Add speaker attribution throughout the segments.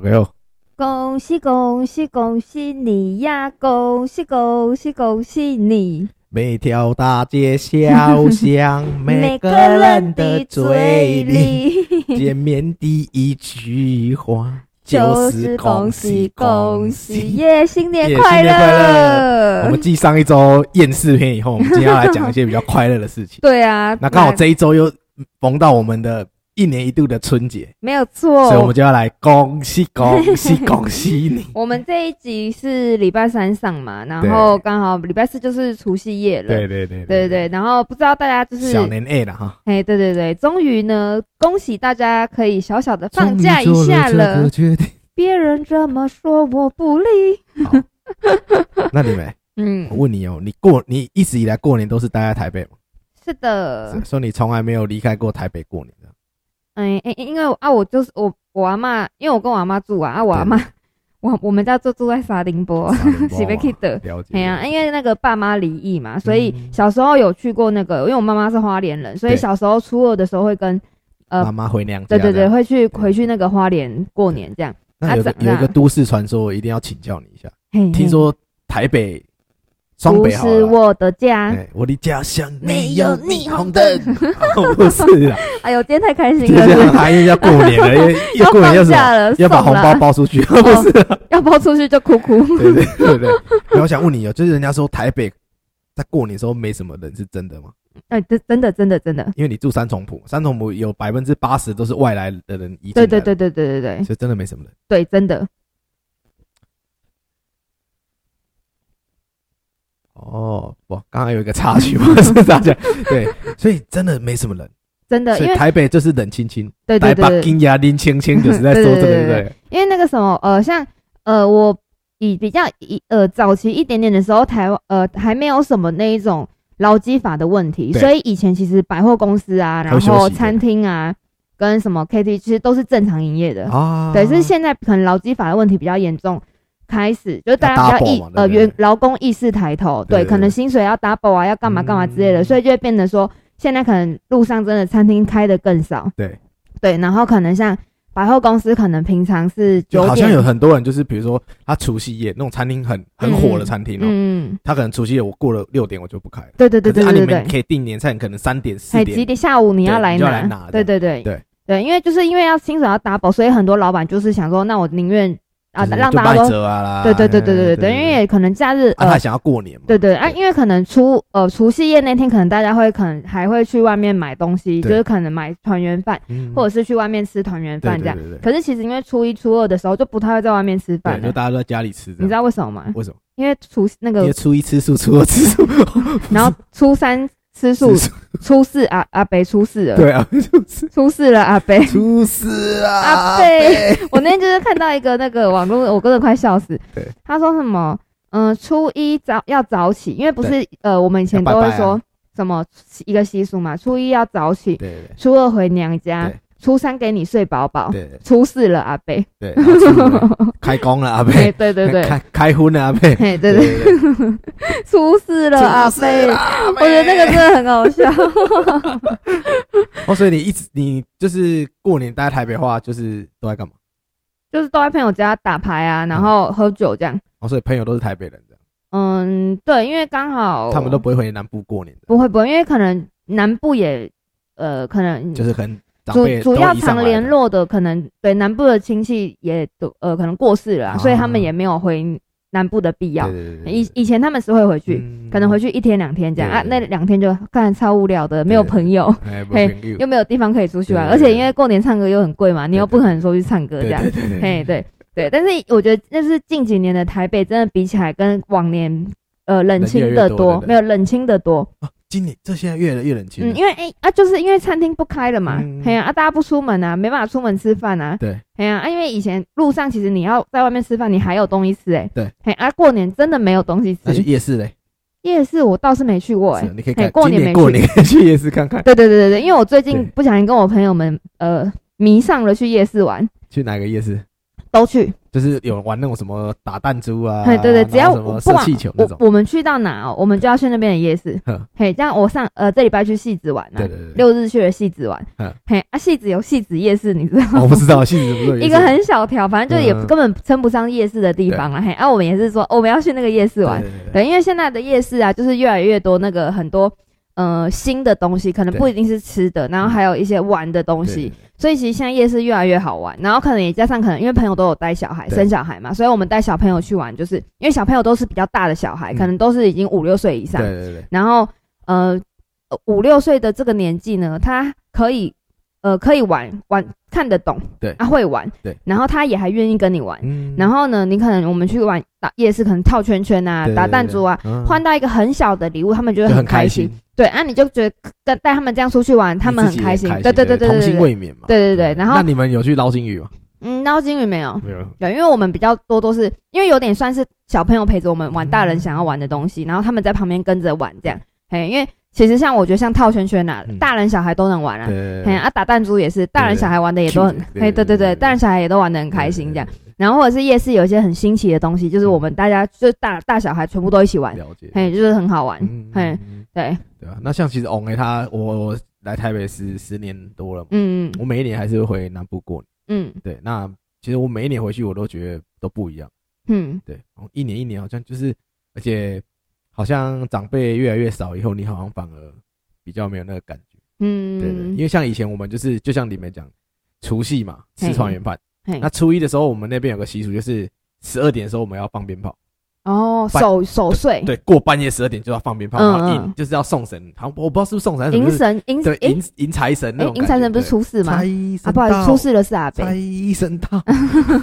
Speaker 1: 个哟！
Speaker 2: 恭喜恭喜恭喜你呀！恭喜恭喜恭喜你！
Speaker 1: 每条大街小巷，每个人的嘴里，见面第一句话就是恭喜恭喜！
Speaker 2: 耶！新年
Speaker 1: 耶
Speaker 2: 快
Speaker 1: 新年快乐
Speaker 2: 乐！
Speaker 1: 我们继上一周厌世篇以后，我们今天要来讲一些比较快乐的事 情。
Speaker 2: 对啊，
Speaker 1: 那刚好这一周又逢到我们的一年一度的春节，
Speaker 2: 没有错。
Speaker 1: 所以我们就要来恭喜恭喜恭喜你！
Speaker 2: 我们这一集是礼拜三上嘛，然后刚好礼拜四就是除夕夜 了。
Speaker 1: 对对对
Speaker 2: 对对对，然后不知道大家就是
Speaker 1: 小年 A 了哈，
Speaker 2: 哎，对对对，终于呢，恭喜大家可以小小的放假一下了。 别人这么说我不理。
Speaker 1: 那你们，
Speaker 2: 嗯
Speaker 1: 我，问你哦，你过你一直以来过年都是待在台北吗？
Speaker 2: 是的，
Speaker 1: 说你从来没有离开过台北过年的，
Speaker 2: 哎哎，因为啊，我就是我我阿妈，因为我跟我阿妈住啊，啊我阿妈， 我我们家就住在沙丁坡，
Speaker 1: 傻人包啊
Speaker 2: 是被 kid 的。
Speaker 1: 了解？
Speaker 2: 哎呀、因为那个爸妈离异嘛，所以
Speaker 1: 嗯
Speaker 2: 小时候有去过那个，因为我妈妈是花莲人，所以
Speaker 1: 对
Speaker 2: 小时候初二的时候会跟，呃
Speaker 1: 妈妈回娘家。
Speaker 2: 对对
Speaker 1: 这
Speaker 2: 对，
Speaker 1: 样，
Speaker 2: 会去
Speaker 1: 对
Speaker 2: 回去那个花莲过年这样。
Speaker 1: 那有个
Speaker 2: 啊怎
Speaker 1: 有一个
Speaker 2: 样
Speaker 1: 都市传说，我一定要请教你一下。
Speaker 2: 嘿嘿
Speaker 1: 听说台北双
Speaker 2: 嗯不
Speaker 1: 北好
Speaker 2: 是
Speaker 1: 了啦，
Speaker 2: 我的家，
Speaker 1: 哎，我的家乡
Speaker 2: 没
Speaker 1: 没
Speaker 2: 有
Speaker 1: 有
Speaker 2: 霓
Speaker 1: 霓
Speaker 2: 虹
Speaker 1: 虹
Speaker 2: 灯
Speaker 1: 灯， 哦不是 啊，
Speaker 2: 哎呦，今天太开
Speaker 1: 就
Speaker 2: 心了，
Speaker 1: 这
Speaker 2: 是
Speaker 1: 样还要过年了，因为因为
Speaker 2: 要
Speaker 1: 过年要
Speaker 2: 放
Speaker 1: 什么？
Speaker 2: 假了，哦
Speaker 1: 要把
Speaker 2: 送
Speaker 1: 红
Speaker 2: 啦
Speaker 1: 包包出去， 不是啊？
Speaker 2: 要包出去就哭哭。
Speaker 1: 对对对对。然后我想问你哦，就是人家说台北在过年的时候没什么人，是真的吗？
Speaker 2: 哎，真真的真的真的，
Speaker 1: 因为你住三重埔，三重埔有百分之八十都是外来的人移进
Speaker 2: 对
Speaker 1: 来，
Speaker 2: 对对，对对对对
Speaker 1: 所以真的没什么人。
Speaker 2: 对，真的。
Speaker 1: 哦，哇，刚刚有一个插 曲嘛，是大家对，所以真的没什么人，
Speaker 2: 真的，
Speaker 1: 所
Speaker 2: 因
Speaker 1: 以
Speaker 2: 为
Speaker 1: 台北就是冷清清，
Speaker 2: 对对
Speaker 1: 台
Speaker 2: 对
Speaker 1: 北
Speaker 2: 对，
Speaker 1: 金牙林清清，就是在说
Speaker 2: 对
Speaker 1: 这
Speaker 2: 对
Speaker 1: 个，
Speaker 2: 对
Speaker 1: 对不
Speaker 2: 对
Speaker 1: 对？
Speaker 2: 因为那个什么，呃，像呃，我以比较以呃早期一点点的时候，台湾呃还没有什么那一种劳基法的问题，
Speaker 1: 对
Speaker 2: 所以以前其实百货公司啊，
Speaker 1: 会休
Speaker 2: 然
Speaker 1: 息
Speaker 2: 后
Speaker 1: 的
Speaker 2: 餐厅啊，跟什么 KTV 其实都是正常营业的。
Speaker 1: 啊，
Speaker 2: 对，是现在可能劳基法的问题比较严重，开始就是大家比较
Speaker 1: double
Speaker 2: 意
Speaker 1: 嘛对不
Speaker 2: 呃
Speaker 1: 对
Speaker 2: 员劳工意识抬头，
Speaker 1: 对
Speaker 2: 对，
Speaker 1: 对
Speaker 2: 可能薪水要 double 啊，要干嘛干嘛之类的，
Speaker 1: 嗯
Speaker 2: 所以就会变得说，现在可能路上真的餐厅开的更少，
Speaker 1: 对
Speaker 2: 对，然后可能像百货公司，可能平常是
Speaker 1: 就
Speaker 2: 九
Speaker 1: 好像
Speaker 2: 点，
Speaker 1: 有很多人就是，比如说他除夕夜那种餐厅很很火的餐厅哦，
Speaker 2: 嗯，嗯
Speaker 1: 他可能除夕夜我过了六点我就不开了，
Speaker 2: 对对对
Speaker 1: 可
Speaker 2: 对
Speaker 1: 是啊
Speaker 2: 对
Speaker 1: 你
Speaker 2: 对
Speaker 1: 们
Speaker 2: 对，
Speaker 1: 可以订年菜，可能三点四
Speaker 2: 哎，几
Speaker 1: 点，
Speaker 2: 点下午你要
Speaker 1: 对
Speaker 2: 来
Speaker 1: 你就要来拿
Speaker 2: 对对对
Speaker 1: 对
Speaker 2: 对，因为就是因为要薪水要 double，所以很多老板就是想说，那我宁愿啊
Speaker 1: 就是
Speaker 2: 让
Speaker 1: 就
Speaker 2: 大家
Speaker 1: 卖
Speaker 2: 都
Speaker 1: 折啊啦，
Speaker 2: 对对对对
Speaker 1: 嗯
Speaker 2: 对对对，因为也可能假日
Speaker 1: 啊
Speaker 2: 呃
Speaker 1: 他想要过年嘛，
Speaker 2: 对对啊，
Speaker 1: 对
Speaker 2: 因为可能初呃除夕夜那天，可能大家会可能还会去外面买东西，就
Speaker 1: 对
Speaker 2: 是可能买团圆饭，
Speaker 1: 嗯，
Speaker 2: 或者是去外面吃团圆
Speaker 1: 对
Speaker 2: 饭
Speaker 1: 对
Speaker 2: 这样。
Speaker 1: 对对对
Speaker 2: 可是其实因为初一初二的时候就不太会在外面吃饭
Speaker 1: 对，就
Speaker 2: 了，
Speaker 1: 大家都在家里吃这样，
Speaker 2: 你知道为什么吗？
Speaker 1: 为什么？
Speaker 2: 因为初那
Speaker 1: 因
Speaker 2: 个
Speaker 1: 为，初一吃素，初二吃素，
Speaker 2: 然后初三吃素
Speaker 1: 吃，素
Speaker 2: 初四啊阿北出事了，
Speaker 1: 对啊，就是
Speaker 2: 出事了阿北。
Speaker 1: 初四啊，
Speaker 2: 阿贝， 我那天就是看到一个那个网络，我真的快笑死
Speaker 1: 对。
Speaker 2: 他说什么？嗯、初一早要早起，因为不是呃，我们以前
Speaker 1: 要拜
Speaker 2: 都
Speaker 1: 拜啊
Speaker 2: 会说什么一个习俗嘛，初一要早起，
Speaker 1: 对对
Speaker 2: 初二回娘家
Speaker 1: 对，
Speaker 2: 初三给你睡饱饱，
Speaker 1: 对对
Speaker 2: 初四了 阿贝。
Speaker 1: 对，然后初五开工了阿
Speaker 2: 哎，
Speaker 1: 贝，
Speaker 2: 对对对，
Speaker 1: 开开荤了阿贝，
Speaker 2: 哎对对，
Speaker 1: 对，
Speaker 2: 初四了阿
Speaker 1: 初四
Speaker 2: 贝
Speaker 1: 了。阿
Speaker 2: 我觉得那个真的很好笑，
Speaker 1: 哦，所以你一直你就是过年待在台北的话，就是都在干嘛？
Speaker 2: 就是都在朋友家打牌啊，
Speaker 1: 嗯
Speaker 2: 然后喝酒这样。
Speaker 1: 哦，所以朋友都是台北人的，
Speaker 2: 嗯，对，因为刚好
Speaker 1: 他们都不会回南部过年的，
Speaker 2: 不会不会，因为可能南部也呃，可能
Speaker 1: 就是可能长
Speaker 2: 主
Speaker 1: 辈
Speaker 2: 主
Speaker 1: 都
Speaker 2: 要
Speaker 1: 移上
Speaker 2: 常
Speaker 1: 来
Speaker 2: 联
Speaker 1: 的，
Speaker 2: 络的，可能对南部的亲戚也都呃可能过世了啊、
Speaker 1: 啊
Speaker 2: 所以他们也没有回南部的必要
Speaker 1: 对。对对嗯对，
Speaker 2: 以以前他们是会回去，
Speaker 1: 去
Speaker 2: 可能回去一天两天这样
Speaker 1: 对
Speaker 2: 啊，
Speaker 1: 对
Speaker 2: 那
Speaker 1: 对
Speaker 2: 两天就干超无聊的，
Speaker 1: 对
Speaker 2: 没有朋友，
Speaker 1: 哎，不
Speaker 2: 嘿
Speaker 1: 朋友
Speaker 2: 又没有地方可以出去玩，
Speaker 1: 对
Speaker 2: 而
Speaker 1: 对对
Speaker 2: 且因为过年唱歌又很贵嘛，你又
Speaker 1: 对对
Speaker 2: 不可能说去唱歌这
Speaker 1: 对
Speaker 2: 样
Speaker 1: 对，对对，
Speaker 2: 嘿，对对。但是我觉得那是近几年的台北，真的比起来跟往年呃
Speaker 1: 人
Speaker 2: 冷
Speaker 1: 越
Speaker 2: 清
Speaker 1: 来越
Speaker 2: 的
Speaker 1: 多
Speaker 2: 多
Speaker 1: 对，对
Speaker 2: 没有冷清的多。
Speaker 1: 哦今年这现在越来越冷清
Speaker 2: 嗯，
Speaker 1: 了，
Speaker 2: 因为哎、啊，就是因为餐厅不开了嘛，
Speaker 1: 嗯
Speaker 2: 嘿呀啊，大家不出门啊，没办法出门吃饭啊，
Speaker 1: 对，
Speaker 2: 嘿呀啊，因为以前路上其实你要在外面吃饭，你还有东西吃哎、
Speaker 1: 对，哎
Speaker 2: 嘿啊，过年真的没有东西
Speaker 1: 那去
Speaker 2: 吃，
Speaker 1: 夜市嘞，
Speaker 2: 夜市我倒是没去过哎、
Speaker 1: 是你可以
Speaker 2: 嘿
Speaker 1: 看
Speaker 2: 过
Speaker 1: 今
Speaker 2: 年
Speaker 1: 年
Speaker 2: 没
Speaker 1: 过
Speaker 2: 去
Speaker 1: 年可以 去夜市看看，
Speaker 2: 对对对对对，因为我最近
Speaker 1: 对
Speaker 2: 不小心跟我朋友们呃迷上了去夜市玩，
Speaker 1: 去哪个夜市？
Speaker 2: 都去。
Speaker 1: 就是有玩那种什么打弹珠啊，
Speaker 2: 嘿，对对，只要
Speaker 1: 然后
Speaker 2: 我
Speaker 1: 什
Speaker 2: 不
Speaker 1: 么
Speaker 2: 管
Speaker 1: 射气球那
Speaker 2: 我
Speaker 1: 种，
Speaker 2: 我们去到哪、哦，我们就要去那边的夜市
Speaker 1: 哼。
Speaker 2: 嘿，这样我上呃这礼拜去戏子玩啊
Speaker 1: 对，对对哦对，
Speaker 2: 六日去了戏子玩
Speaker 1: 嗯。
Speaker 2: 嘿啊，戏子有戏子夜市，你知道
Speaker 1: 哦我
Speaker 2: 吗？
Speaker 1: 不知道，戏子不是有
Speaker 2: 一个很小条，反正就也
Speaker 1: 嗯
Speaker 2: 根本称不上夜市的地方了。嘿，啊，我们也是说哦我们要去那个夜市玩。
Speaker 1: 对对对对
Speaker 2: 对，因为现在的夜市啊，就是越来越多那个很多呃新的东西，可能
Speaker 1: 对
Speaker 2: 不一定是吃的，然后还有一些玩的东西，所以其实现在夜市越来越好玩。然后可能也加上可能因为朋友都有带小孩，
Speaker 1: 对
Speaker 2: 生小孩嘛，所以我们带小朋友去玩，就是因为小朋友都是比较大的小孩，
Speaker 1: 嗯
Speaker 2: 可能都是已经五六岁以上
Speaker 1: 对，对对对，
Speaker 2: 然后呃五六岁的这个年纪呢，他可以。呃，可以玩玩看得懂，
Speaker 1: 对
Speaker 2: 他、会玩，
Speaker 1: 对，
Speaker 2: 然后他也还愿意跟你玩，
Speaker 1: 嗯
Speaker 2: 然后呢，你可能我们去玩打夜市，可能套圈圈啊
Speaker 1: 对对，对
Speaker 2: 打弹珠啊，
Speaker 1: 嗯
Speaker 2: 换到一个很小的礼物，他们觉
Speaker 1: 就
Speaker 2: 得
Speaker 1: 很
Speaker 2: 开
Speaker 1: 心，，
Speaker 2: 对，啊，你就觉得跟带他们这样出去玩，他们
Speaker 1: 你自
Speaker 2: 很
Speaker 1: 己也
Speaker 2: 开
Speaker 1: 开
Speaker 2: 心。对对对对
Speaker 1: 童
Speaker 2: 对
Speaker 1: 心
Speaker 2: 对，
Speaker 1: 未泯嘛，
Speaker 2: 对对对然后
Speaker 1: 那你们有去捞金鱼吗？
Speaker 2: 嗯，捞金鱼没有？
Speaker 1: 没有，
Speaker 2: 对，因为我们比较多都是因为有点算是小朋友陪着我们玩大
Speaker 1: 嗯
Speaker 2: 人想要玩的东西，然后他们在旁边跟着玩这样。嘿，因为其实像我觉得像套圈圈啊
Speaker 1: 嗯，
Speaker 2: 大人小孩都能玩啊。
Speaker 1: 对
Speaker 2: 嘿啊，打弹珠也是，大人
Speaker 1: 对
Speaker 2: 小孩玩的也都很
Speaker 1: 去，对
Speaker 2: 嘿，
Speaker 1: 对
Speaker 2: 对对
Speaker 1: 对
Speaker 2: 对，大人小孩也都玩的很开心这样。，然后或者是夜市有一些很新奇的东西，就是我们大家就是大大小孩全部都一起玩
Speaker 1: 对对对，嗯了解，
Speaker 2: 嘿，就是很好玩，
Speaker 1: 嗯，
Speaker 2: 嘿
Speaker 1: 嗯，嗯
Speaker 2: 对，
Speaker 1: 对啊，那像其实 o n 他，我我来台北十十年多了嘛，
Speaker 2: 嗯
Speaker 1: 我每一年还是会回南部过年，
Speaker 2: 嗯
Speaker 1: 对，那其实我每一年回去我都觉得都不一样。
Speaker 2: 嗯，
Speaker 1: 对，然后一年一年好像就是，而且好像长辈越来越少以后，你好像反而比较没有那个感觉。
Speaker 2: 嗯，
Speaker 1: 对对，因为像以前我们就是，就像你们讲，除夕嘛吃
Speaker 2: 嘿
Speaker 1: 团圆饭，
Speaker 2: 嘿
Speaker 1: 那初一的时候我们那边有个习俗，就是十二点的时候我们要放鞭炮，
Speaker 2: 哦，
Speaker 1: 半
Speaker 2: 守守岁，
Speaker 1: 对，过半夜十二点就要放鞭炮，
Speaker 2: 嗯
Speaker 1: 然后迎
Speaker 2: 嗯
Speaker 1: 就是要送神，好像我不知道是不是送神还是什么就
Speaker 2: 迎
Speaker 1: 是，
Speaker 2: 神迎
Speaker 1: 对，
Speaker 2: 诶
Speaker 1: 迎迎财神那
Speaker 2: 诶
Speaker 1: 种感觉。
Speaker 2: 迎财神不是初
Speaker 1: 对
Speaker 2: 四吗？
Speaker 1: 财
Speaker 2: 啊，
Speaker 1: 神
Speaker 2: 不好意思，
Speaker 1: 到
Speaker 2: 初四的是阿北，
Speaker 1: 财神到，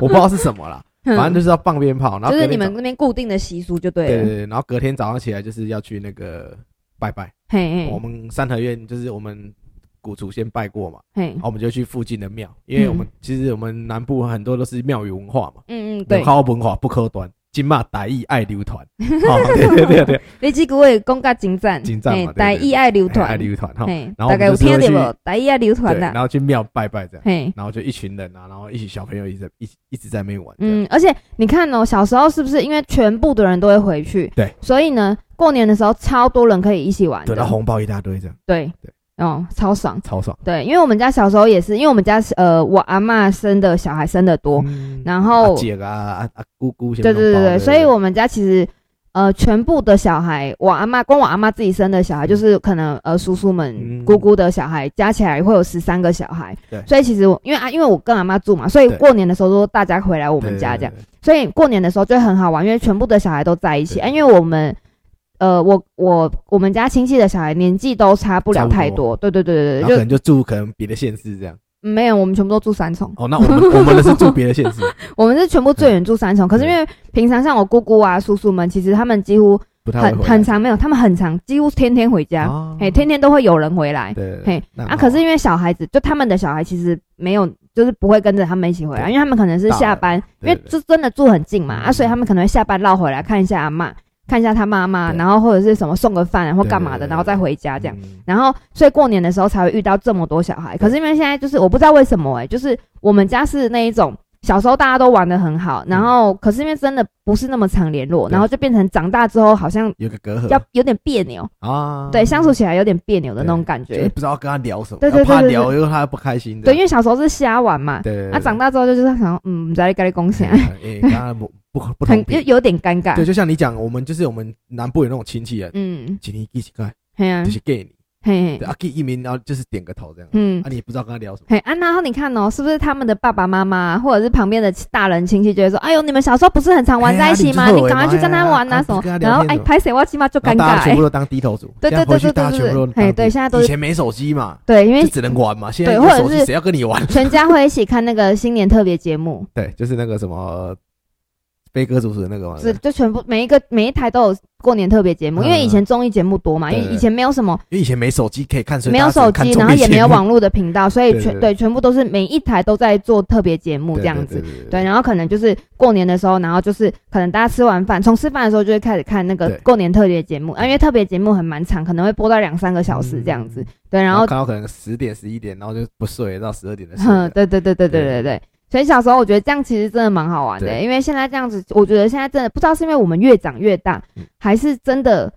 Speaker 1: 我不知道是什么啦，
Speaker 2: 哼
Speaker 1: 反正就是要放鞭炮，然后
Speaker 2: 嗯就是
Speaker 1: 隔天早
Speaker 2: 你们那边固定的习俗就对
Speaker 1: 对
Speaker 2: 了，
Speaker 1: 对对，然后隔天早上起来就是要去那个拜拜。
Speaker 2: 嘿
Speaker 1: 我
Speaker 2: 嘿
Speaker 1: 们三合院就是我们古祖先拜过嘛，
Speaker 2: 嘿
Speaker 1: 然，后我们就去附近的庙，因为我们、其实我们南部很多都是庙宇文化嘛，
Speaker 2: 嗯嗯，对
Speaker 1: 文，化文化不可短，金马大义爱流 传，好、对对对对，
Speaker 2: 你这个也公告进站，
Speaker 1: 进站嘛
Speaker 2: 嘿
Speaker 1: 对对
Speaker 2: 台艺爱流啊
Speaker 1: 哎爱
Speaker 2: 团，
Speaker 1: 流传哈，
Speaker 2: 嘿，
Speaker 1: 然后我们
Speaker 2: 大概有
Speaker 1: 就是
Speaker 2: 听
Speaker 1: 会
Speaker 2: 到
Speaker 1: 去
Speaker 2: 无？台艺爱流
Speaker 1: 对，
Speaker 2: 团
Speaker 1: 然
Speaker 2: 的，
Speaker 1: 后去庙拜拜这样，
Speaker 2: 嘿。
Speaker 1: 然后就一群人啊，然后一起小朋友一直一起一直在那边玩，嗯，
Speaker 2: 嗯，而且你看哦，小时候是不是因为全部的人都会回去？
Speaker 1: 对，
Speaker 2: 所以呢，过年的时候超多人可以一起玩
Speaker 1: 得
Speaker 2: 的。
Speaker 1: 到红包一大堆这样，
Speaker 2: 对
Speaker 1: 对
Speaker 2: 哦，超爽。
Speaker 1: 超爽，
Speaker 2: 对，因为我们家小时候也是，因为我们家呃，我阿嬷生的小孩生的多，
Speaker 1: 嗯
Speaker 2: 然后
Speaker 1: 啊姐啊啊啊姑姑什么
Speaker 2: 对
Speaker 1: 都包，
Speaker 2: 对对对，所以我们家其实呃，全部的小孩，我阿嬷光我阿嬷自己生的小孩，就是可能呃叔叔们、
Speaker 1: 嗯
Speaker 2: 姑姑的小孩加起来会有十三个小孩。
Speaker 1: 对
Speaker 2: 所以其实我因为啊，因为我跟阿嬷住嘛，所以
Speaker 1: 对
Speaker 2: 过年的时候都大家回来我
Speaker 1: 我
Speaker 2: 们家这样。
Speaker 1: 样，对
Speaker 2: 所以过年的时候就会很好玩，因为全部的小孩都在一起。
Speaker 1: 对
Speaker 2: 啊、因为我们，呃，我我我们家亲戚的小孩年纪都差不
Speaker 1: 差
Speaker 2: 了
Speaker 1: 不多
Speaker 2: 太多，对对对
Speaker 1: 对对对
Speaker 2: 对
Speaker 1: 然后可
Speaker 2: 对，就
Speaker 1: 能就住可能别的县市这样。
Speaker 2: 没有，我们全部都住三重，
Speaker 1: 哦，那我们我们的是住别的县市，
Speaker 2: 我们是全部最远住三重。可是因为平常像我姑姑啊、叔叔们，其实他们几乎
Speaker 1: 不太
Speaker 2: 很
Speaker 1: 会回来
Speaker 2: 很常没有，他们很常几乎天天回家，
Speaker 1: 哦
Speaker 2: 嘿，天天都会有人回来。
Speaker 1: 对对
Speaker 2: 嘿
Speaker 1: 对，那
Speaker 2: 啊，
Speaker 1: 很
Speaker 2: 可是
Speaker 1: 好
Speaker 2: 因为小孩子，就他们的小孩其实没有，就是不会跟着他们一起回来，
Speaker 1: 对
Speaker 2: 因为他们可能是
Speaker 1: 大
Speaker 2: 下
Speaker 1: 了
Speaker 2: 班，因
Speaker 1: 对
Speaker 2: 为
Speaker 1: 对
Speaker 2: 就真的住很近嘛，
Speaker 1: 嗯
Speaker 2: 啊，所以他们可能会下班绕回来看一下阿妈，看一下他妈妈，
Speaker 1: 对
Speaker 2: 然后或者是什么送个饭啊或
Speaker 1: 对
Speaker 2: 干嘛
Speaker 1: 对
Speaker 2: 的，
Speaker 1: 对
Speaker 2: 然后再回家这样。
Speaker 1: 嗯
Speaker 2: 然后，所以过年的时候才会遇到这么多小孩。可是因为现在就是我不知道为什么哎、就是我们家是那一种小时候大家都玩的很好，然后
Speaker 1: 嗯
Speaker 2: 可是因为真的不是那么常联络，
Speaker 1: 对
Speaker 2: 然后就变成长大之后好像
Speaker 1: 有个隔阂
Speaker 2: 要有点别扭，
Speaker 1: 啊，
Speaker 2: 对，相处起来有点别扭的那种感
Speaker 1: 就是
Speaker 2: 觉。
Speaker 1: 不知道跟他聊什么，
Speaker 2: 对对对
Speaker 1: 怕
Speaker 2: 对对
Speaker 1: 聊又他不开心的，
Speaker 2: 对，因为小时候是瞎玩嘛，
Speaker 1: 对对
Speaker 2: 啊，长大之后就是想，嗯，不知道在跟你讲啥，
Speaker 1: 哎，刚刚不不不同
Speaker 2: 很有
Speaker 1: 频，
Speaker 2: 有点尴尬
Speaker 1: 对，。就像你讲，我们就是我们南部有那种亲戚啊，
Speaker 2: 嗯，
Speaker 1: 请你一起看，
Speaker 2: 嘿啊
Speaker 1: 就，是 gay 你，对
Speaker 2: 嘿嘿，
Speaker 1: 啊 gay 一名，然后就是点个头这样，
Speaker 2: 嗯
Speaker 1: 啊，，你也不知道跟他聊什么，
Speaker 2: 嘿啊，然后你看哦，是不是他们的爸爸妈妈或者是旁边的大人亲戚就会说，哎呦，你们小时候不是很常玩在一起吗？
Speaker 1: 哎呀你
Speaker 2: 你
Speaker 1: 就是
Speaker 2: 赶快去跟他玩
Speaker 1: 哎呀
Speaker 2: 啊什么
Speaker 1: 赶快去跟他聊，天
Speaker 2: 然后哎，
Speaker 1: 什么
Speaker 2: 拍谁我起码就尴
Speaker 1: 然后大
Speaker 2: 尬
Speaker 1: 家全
Speaker 2: 哎
Speaker 1: 部。都当低头族，
Speaker 2: 对
Speaker 1: 现在
Speaker 2: 对
Speaker 1: 回去
Speaker 2: 对对
Speaker 1: 大家
Speaker 2: 对
Speaker 1: 全部都当
Speaker 2: 哎
Speaker 1: 低
Speaker 2: 对现在都
Speaker 1: 以
Speaker 2: 是
Speaker 1: 前没手机嘛，
Speaker 2: 对，因
Speaker 1: 就
Speaker 2: 为
Speaker 1: 只能玩嘛，现在
Speaker 2: 对
Speaker 1: 有
Speaker 2: 或者
Speaker 1: 手机
Speaker 2: 是
Speaker 1: 谁要跟你玩？
Speaker 2: 全家会一起看那个新年特别节目，
Speaker 1: 对，就是那个什么呃飞鸽主持的那个嘛，
Speaker 2: 是就全部每一个每一台都有过年特别节目，因为以前综艺节目多嘛，因
Speaker 1: 嗯
Speaker 2: 为
Speaker 1: 对对
Speaker 2: 以前没有什么
Speaker 1: 因为以前没手机可以看，所以
Speaker 2: 没有
Speaker 1: 大家
Speaker 2: 手
Speaker 1: 只能
Speaker 2: 机，
Speaker 1: 看
Speaker 2: 然后也没
Speaker 1: 综艺节
Speaker 2: 有
Speaker 1: 目
Speaker 2: 网络的频道，所以
Speaker 1: 对
Speaker 2: 全
Speaker 1: 对
Speaker 2: 对全部都是每一台都在做特别节目这样子。，对，然后可能就是过年的时候，然后就是可能大家吃完饭，从吃饭的时候就会开始看那个
Speaker 1: 对
Speaker 2: 过年特别节目，啊，因为特别节目很蛮长，可能会播到两三个小时这样子
Speaker 1: 嗯。
Speaker 2: 对，然
Speaker 1: 然
Speaker 2: 后 嗯
Speaker 1: 后，看到可能十点十一点，然后就不睡到十二点的时候
Speaker 2: 哼，，对对对对对对对，所以小时候我觉得这样其实真的蛮好玩的，
Speaker 1: 对
Speaker 2: 因为现在这样子，我觉得现在真的不知道是因为我们越长越大，
Speaker 1: 嗯
Speaker 2: 还是真的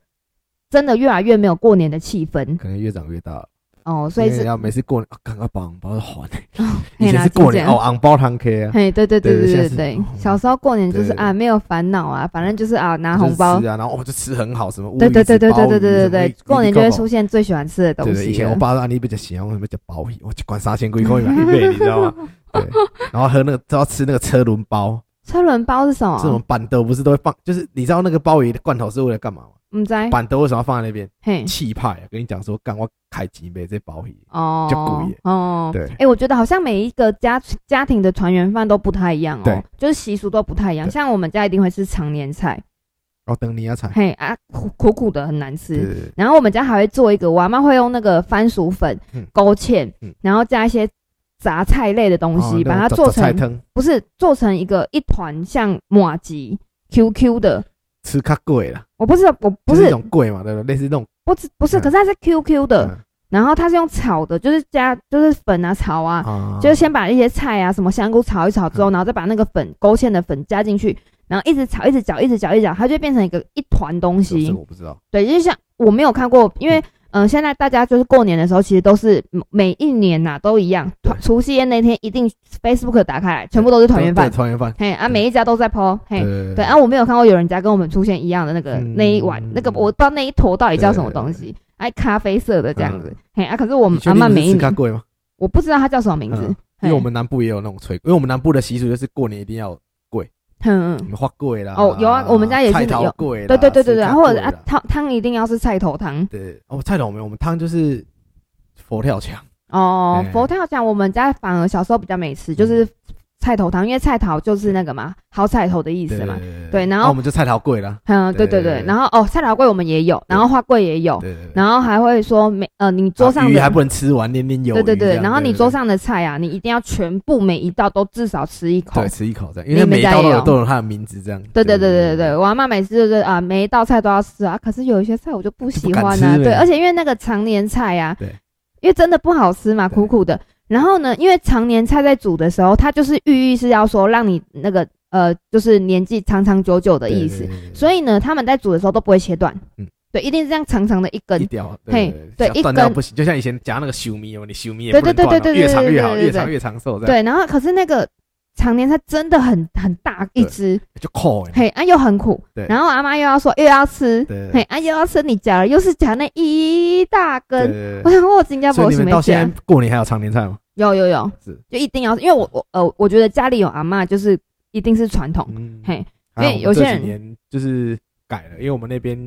Speaker 2: 真的越来越没有过年的气氛
Speaker 1: 可能越长越大了，
Speaker 2: 哦，所以
Speaker 1: 因为
Speaker 2: 是哦
Speaker 1: 要每次过年，啊刚刚把红包都 还，
Speaker 2: 嘿
Speaker 1: 以前
Speaker 2: 啦
Speaker 1: 是过
Speaker 2: 这
Speaker 1: 年
Speaker 2: 样
Speaker 1: 哦，红包堂 K 啊，
Speaker 2: 嘿，对对对
Speaker 1: 对
Speaker 2: 对
Speaker 1: 现在
Speaker 2: 对
Speaker 1: 是
Speaker 2: 对
Speaker 1: 哦，
Speaker 2: 小时候过年就是
Speaker 1: 对对对
Speaker 2: 啊，没有烦恼啊，反正就是啊，拿红包
Speaker 1: 就是吃，啊，然后我就吃很好，什么乌鱼
Speaker 2: 对对
Speaker 1: 子
Speaker 2: 对对对
Speaker 1: 鲍鱼
Speaker 2: 对对对
Speaker 1: 什么
Speaker 2: 对
Speaker 1: 鱼，
Speaker 2: 过年就会
Speaker 1: 鱼
Speaker 2: 出现最喜欢吃的东
Speaker 1: 对对，以
Speaker 2: 西
Speaker 1: 前我
Speaker 2: 了。
Speaker 1: 爸说啊，你比较喜欢什么叫包鱼，我就管三千块 块买一倍，你知道吗？对，然后喝那个都要吃那个车轮包，
Speaker 2: 车轮包是什
Speaker 1: 这种
Speaker 2: 么？
Speaker 1: 板豆不是都会放，就是你知道那个鲍鱼的罐头是为了干嘛吗？
Speaker 2: 唔嗯知
Speaker 1: 板豆为什么要放在那边？
Speaker 2: 嘿
Speaker 1: 气派啊，跟你讲说，干我开几杯这鲍鱼，
Speaker 2: 哦
Speaker 1: 就故意
Speaker 2: 哦。
Speaker 1: 对
Speaker 2: 哎、我觉得好像每一个家家庭的团圆饭都不太一样哦
Speaker 1: 对，
Speaker 2: 就是习俗都不太一样。
Speaker 1: 对
Speaker 2: 像我们家一定会吃常年菜，
Speaker 1: 然后哦等你要采，
Speaker 2: 嘿啊，苦苦苦的很难
Speaker 1: 对
Speaker 2: 吃。
Speaker 1: 对对，
Speaker 2: 然后我们家还会做一个，我阿妈会用那个番薯粉、
Speaker 1: 嗯
Speaker 2: 勾芡，
Speaker 1: 嗯
Speaker 2: 然后加一些杂菜类的东
Speaker 1: 哦那种
Speaker 2: 西，把它
Speaker 1: 杂
Speaker 2: 做
Speaker 1: 杂菜
Speaker 2: 成
Speaker 1: 汤，
Speaker 2: 不是做成一个一团像马吉 QQ 的。
Speaker 1: 吃卡贵了，
Speaker 2: 我不是，我
Speaker 1: 就
Speaker 2: 不
Speaker 1: 是一，种贵嘛，对不对？类似那种
Speaker 2: 不是，不是，
Speaker 1: 嗯
Speaker 2: 可是它是 QQ 的，
Speaker 1: 嗯
Speaker 2: 然后它是用炒的，就是加就是粉啊、炒啊，
Speaker 1: 啊，嗯
Speaker 2: 就是先把一些菜啊、什么香菇炒一炒之后，然后再把那个粉勾芡的粉加进去，然后一直炒、一直搅、一直搅、一直搅，它就变成一个一团东
Speaker 1: 这
Speaker 2: 西
Speaker 1: 个。我不知道，
Speaker 2: 对，就是像我没有看过，因为嗯、呃现在大家就是过年的时候，其实都是嗯每一年呐、都一样，
Speaker 1: 对
Speaker 2: 团除夕夜那天一定 Facebook 打开来，全部都是团圆饭
Speaker 1: 对。团圆饭，
Speaker 2: 嘿啊，
Speaker 1: 对
Speaker 2: 每一家都在 PO。嘿，
Speaker 1: 对
Speaker 2: 对啊，，我没有看过有人家跟我们出现一样的那个
Speaker 1: 嗯
Speaker 2: 那一碗，那个我不知道那一坨到底叫什么东西，哎，咖啡色的这样子
Speaker 1: 嗯。
Speaker 2: 嘿啊，可是我
Speaker 1: 你
Speaker 2: 们
Speaker 1: 确
Speaker 2: 阿
Speaker 1: 定
Speaker 2: 妈
Speaker 1: 不是
Speaker 2: 每一
Speaker 1: 吃卡
Speaker 2: 年，
Speaker 1: 贵吗？
Speaker 2: 我不知道它叫什么名字
Speaker 1: 嗯。
Speaker 2: 嘿
Speaker 1: 因为我们南部也有那种吹，因为我们南部的习俗就是过年一定要有
Speaker 2: 嗯嗯
Speaker 1: 什。么花柜啦，
Speaker 2: 哦有啊我们家也是
Speaker 1: 菜头
Speaker 2: 有
Speaker 1: 柜啦，
Speaker 2: 对对对对对，
Speaker 1: 石
Speaker 2: 然
Speaker 1: 卡
Speaker 2: 后或
Speaker 1: 粿
Speaker 2: 者啊
Speaker 1: 啦
Speaker 2: 汤汤一定要是菜头汤
Speaker 1: 对哦菜头没有，我们汤就是佛跳墙，
Speaker 2: 哦
Speaker 1: 哎。
Speaker 2: 佛跳墙我们家反而小时候比较没
Speaker 1: 嗯
Speaker 2: 吃，就是菜头汤，因为菜头就是那个嘛，好菜头的意
Speaker 1: 对
Speaker 2: 思嘛。
Speaker 1: 对
Speaker 2: 对然后
Speaker 1: 啊我们就菜头柜啦，
Speaker 2: 嗯，对对
Speaker 1: 对
Speaker 2: 对
Speaker 1: 对。对
Speaker 2: 然后哦，菜头粿我们也有，然后花粿也有，
Speaker 1: 对对对，
Speaker 2: 然后还会说每呃你桌
Speaker 1: 啊
Speaker 2: 上
Speaker 1: 鱼还
Speaker 2: 的。
Speaker 1: 不能吃完，年年有
Speaker 2: 对对
Speaker 1: 余这
Speaker 2: 对，
Speaker 1: 样
Speaker 2: 然后你桌上的菜啊，你一定要全部每一道都至少吃一口
Speaker 1: 对。吃一口这样，因为
Speaker 2: 你们
Speaker 1: 每一
Speaker 2: 家
Speaker 1: 道
Speaker 2: 也
Speaker 1: 都有
Speaker 2: 有
Speaker 1: 都有它的名字这样，
Speaker 2: 对对对对对对，我阿妈每次就是啊，每一道菜都要吃啊，可是有一些菜我就不喜欢
Speaker 1: 就不
Speaker 2: 啊，
Speaker 1: 敢吃
Speaker 2: 对，
Speaker 1: 了
Speaker 2: 而且因为那个常年菜啊，
Speaker 1: 对，
Speaker 2: 因为真的不好吃嘛，
Speaker 1: 对
Speaker 2: 苦苦的。然后呢，因为常年菜在煮的时候，它就是寓意是要说让你那个呃，就是年纪长长久久的
Speaker 1: 对
Speaker 2: 意
Speaker 1: 对
Speaker 2: 思
Speaker 1: 对。对对对
Speaker 2: 所以呢，他们在煮的时候都不会切断，
Speaker 1: 嗯
Speaker 2: 对，一定是这样长长的一
Speaker 1: 一
Speaker 2: 根。
Speaker 1: 条，
Speaker 2: 嘿对
Speaker 1: 像
Speaker 2: 一
Speaker 1: 断掉
Speaker 2: 根
Speaker 1: 不行，就像以前夹那个修米哦，你修米也
Speaker 2: 对
Speaker 1: 不能
Speaker 2: 对对
Speaker 1: 断
Speaker 2: 对
Speaker 1: 哦
Speaker 2: 对
Speaker 1: 越
Speaker 2: 对
Speaker 1: 长
Speaker 2: 对
Speaker 1: 越
Speaker 2: 对
Speaker 1: 好，
Speaker 2: 对
Speaker 1: 越
Speaker 2: 对
Speaker 1: 长越长寿这样，
Speaker 2: 对，然后可是那个常年菜真的很很大一只，
Speaker 1: 就扣欸
Speaker 2: 嘿啊又很苦
Speaker 1: 对，
Speaker 2: 然后阿妈又要说又要吃，
Speaker 1: 对
Speaker 2: 嘿，啊，又要吃你夹了，又是夹那一大
Speaker 1: 对
Speaker 2: 根。哎
Speaker 1: 对对
Speaker 2: 我想问我今天
Speaker 1: 所
Speaker 2: 有
Speaker 1: 以你
Speaker 2: 什
Speaker 1: 们
Speaker 2: 么啊
Speaker 1: 到
Speaker 2: 夹
Speaker 1: 现？在过年还有常年菜吗？
Speaker 2: 有有有
Speaker 1: 是，
Speaker 2: 就一定要，因为我我呃，我觉得家里有阿嬷就是一定是传统。
Speaker 1: 嗯
Speaker 2: 嘿，
Speaker 1: 还好
Speaker 2: 因为
Speaker 1: 我们
Speaker 2: 有些
Speaker 1: 这几
Speaker 2: 人
Speaker 1: 年就是改了，因为我们那边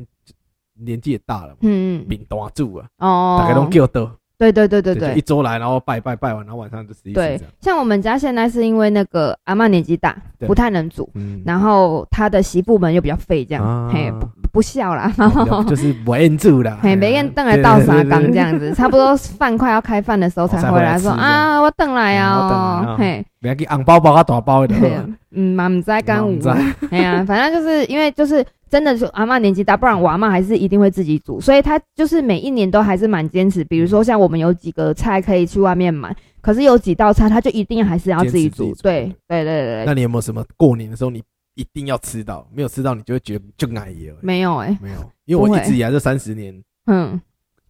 Speaker 1: 年纪也大了嘛，
Speaker 2: 嗯，
Speaker 1: 饼端住啊，大概都
Speaker 2: 哦，
Speaker 1: 叫到，
Speaker 2: 对对对对
Speaker 1: 就一
Speaker 2: 对
Speaker 1: 周来，然后拜拜拜完，然后晚上就吃一吃这
Speaker 2: 对
Speaker 1: 样。，
Speaker 2: 像我们家现在是因为那个阿嬷年纪大，
Speaker 1: 对
Speaker 2: 不太能煮，
Speaker 1: 嗯，
Speaker 2: 然后她的媳妇们又比较废，这样，
Speaker 1: 啊
Speaker 2: 嘿，不不孝啦，
Speaker 1: 哦就是 不摁住啦，
Speaker 2: 嘿，没
Speaker 1: 哎呀
Speaker 2: 人等来倒沙缸
Speaker 1: 对对对
Speaker 2: 这，
Speaker 1: 对对
Speaker 2: 样子，差不多饭快要开饭的时候才
Speaker 1: 才
Speaker 2: 回
Speaker 1: 回来
Speaker 2: 来
Speaker 1: 吃
Speaker 2: 说
Speaker 1: 这样
Speaker 2: 啊，我等来
Speaker 1: 嗯
Speaker 2: 啊
Speaker 1: 我回来
Speaker 2: 哦
Speaker 1: 啊，
Speaker 2: 嘿，
Speaker 1: 不要给红包包啊大包的，
Speaker 2: 对，嗯，妈唔知干
Speaker 1: 我
Speaker 2: 五
Speaker 1: 不知，道
Speaker 2: 哎呀，反正就是因为就是真的是阿嬷年纪大，不然我阿嬷还是一定会自己煮，所以她就是每一年都还是蛮坚持。比如说像我们有几个菜可以去外面买，可是有几道菜她就一定还是要自
Speaker 1: 坚
Speaker 2: 己
Speaker 1: 持自己
Speaker 2: 煮。
Speaker 1: 煮
Speaker 2: 对对对对对，
Speaker 1: 那你有没有什么过年的时候你一定要吃到，没有吃到你就会觉得就奶油？
Speaker 2: 没有哎、
Speaker 1: 没有，因为
Speaker 2: 不
Speaker 1: 我
Speaker 2: 会
Speaker 1: 一直以来这三十年
Speaker 2: 嗯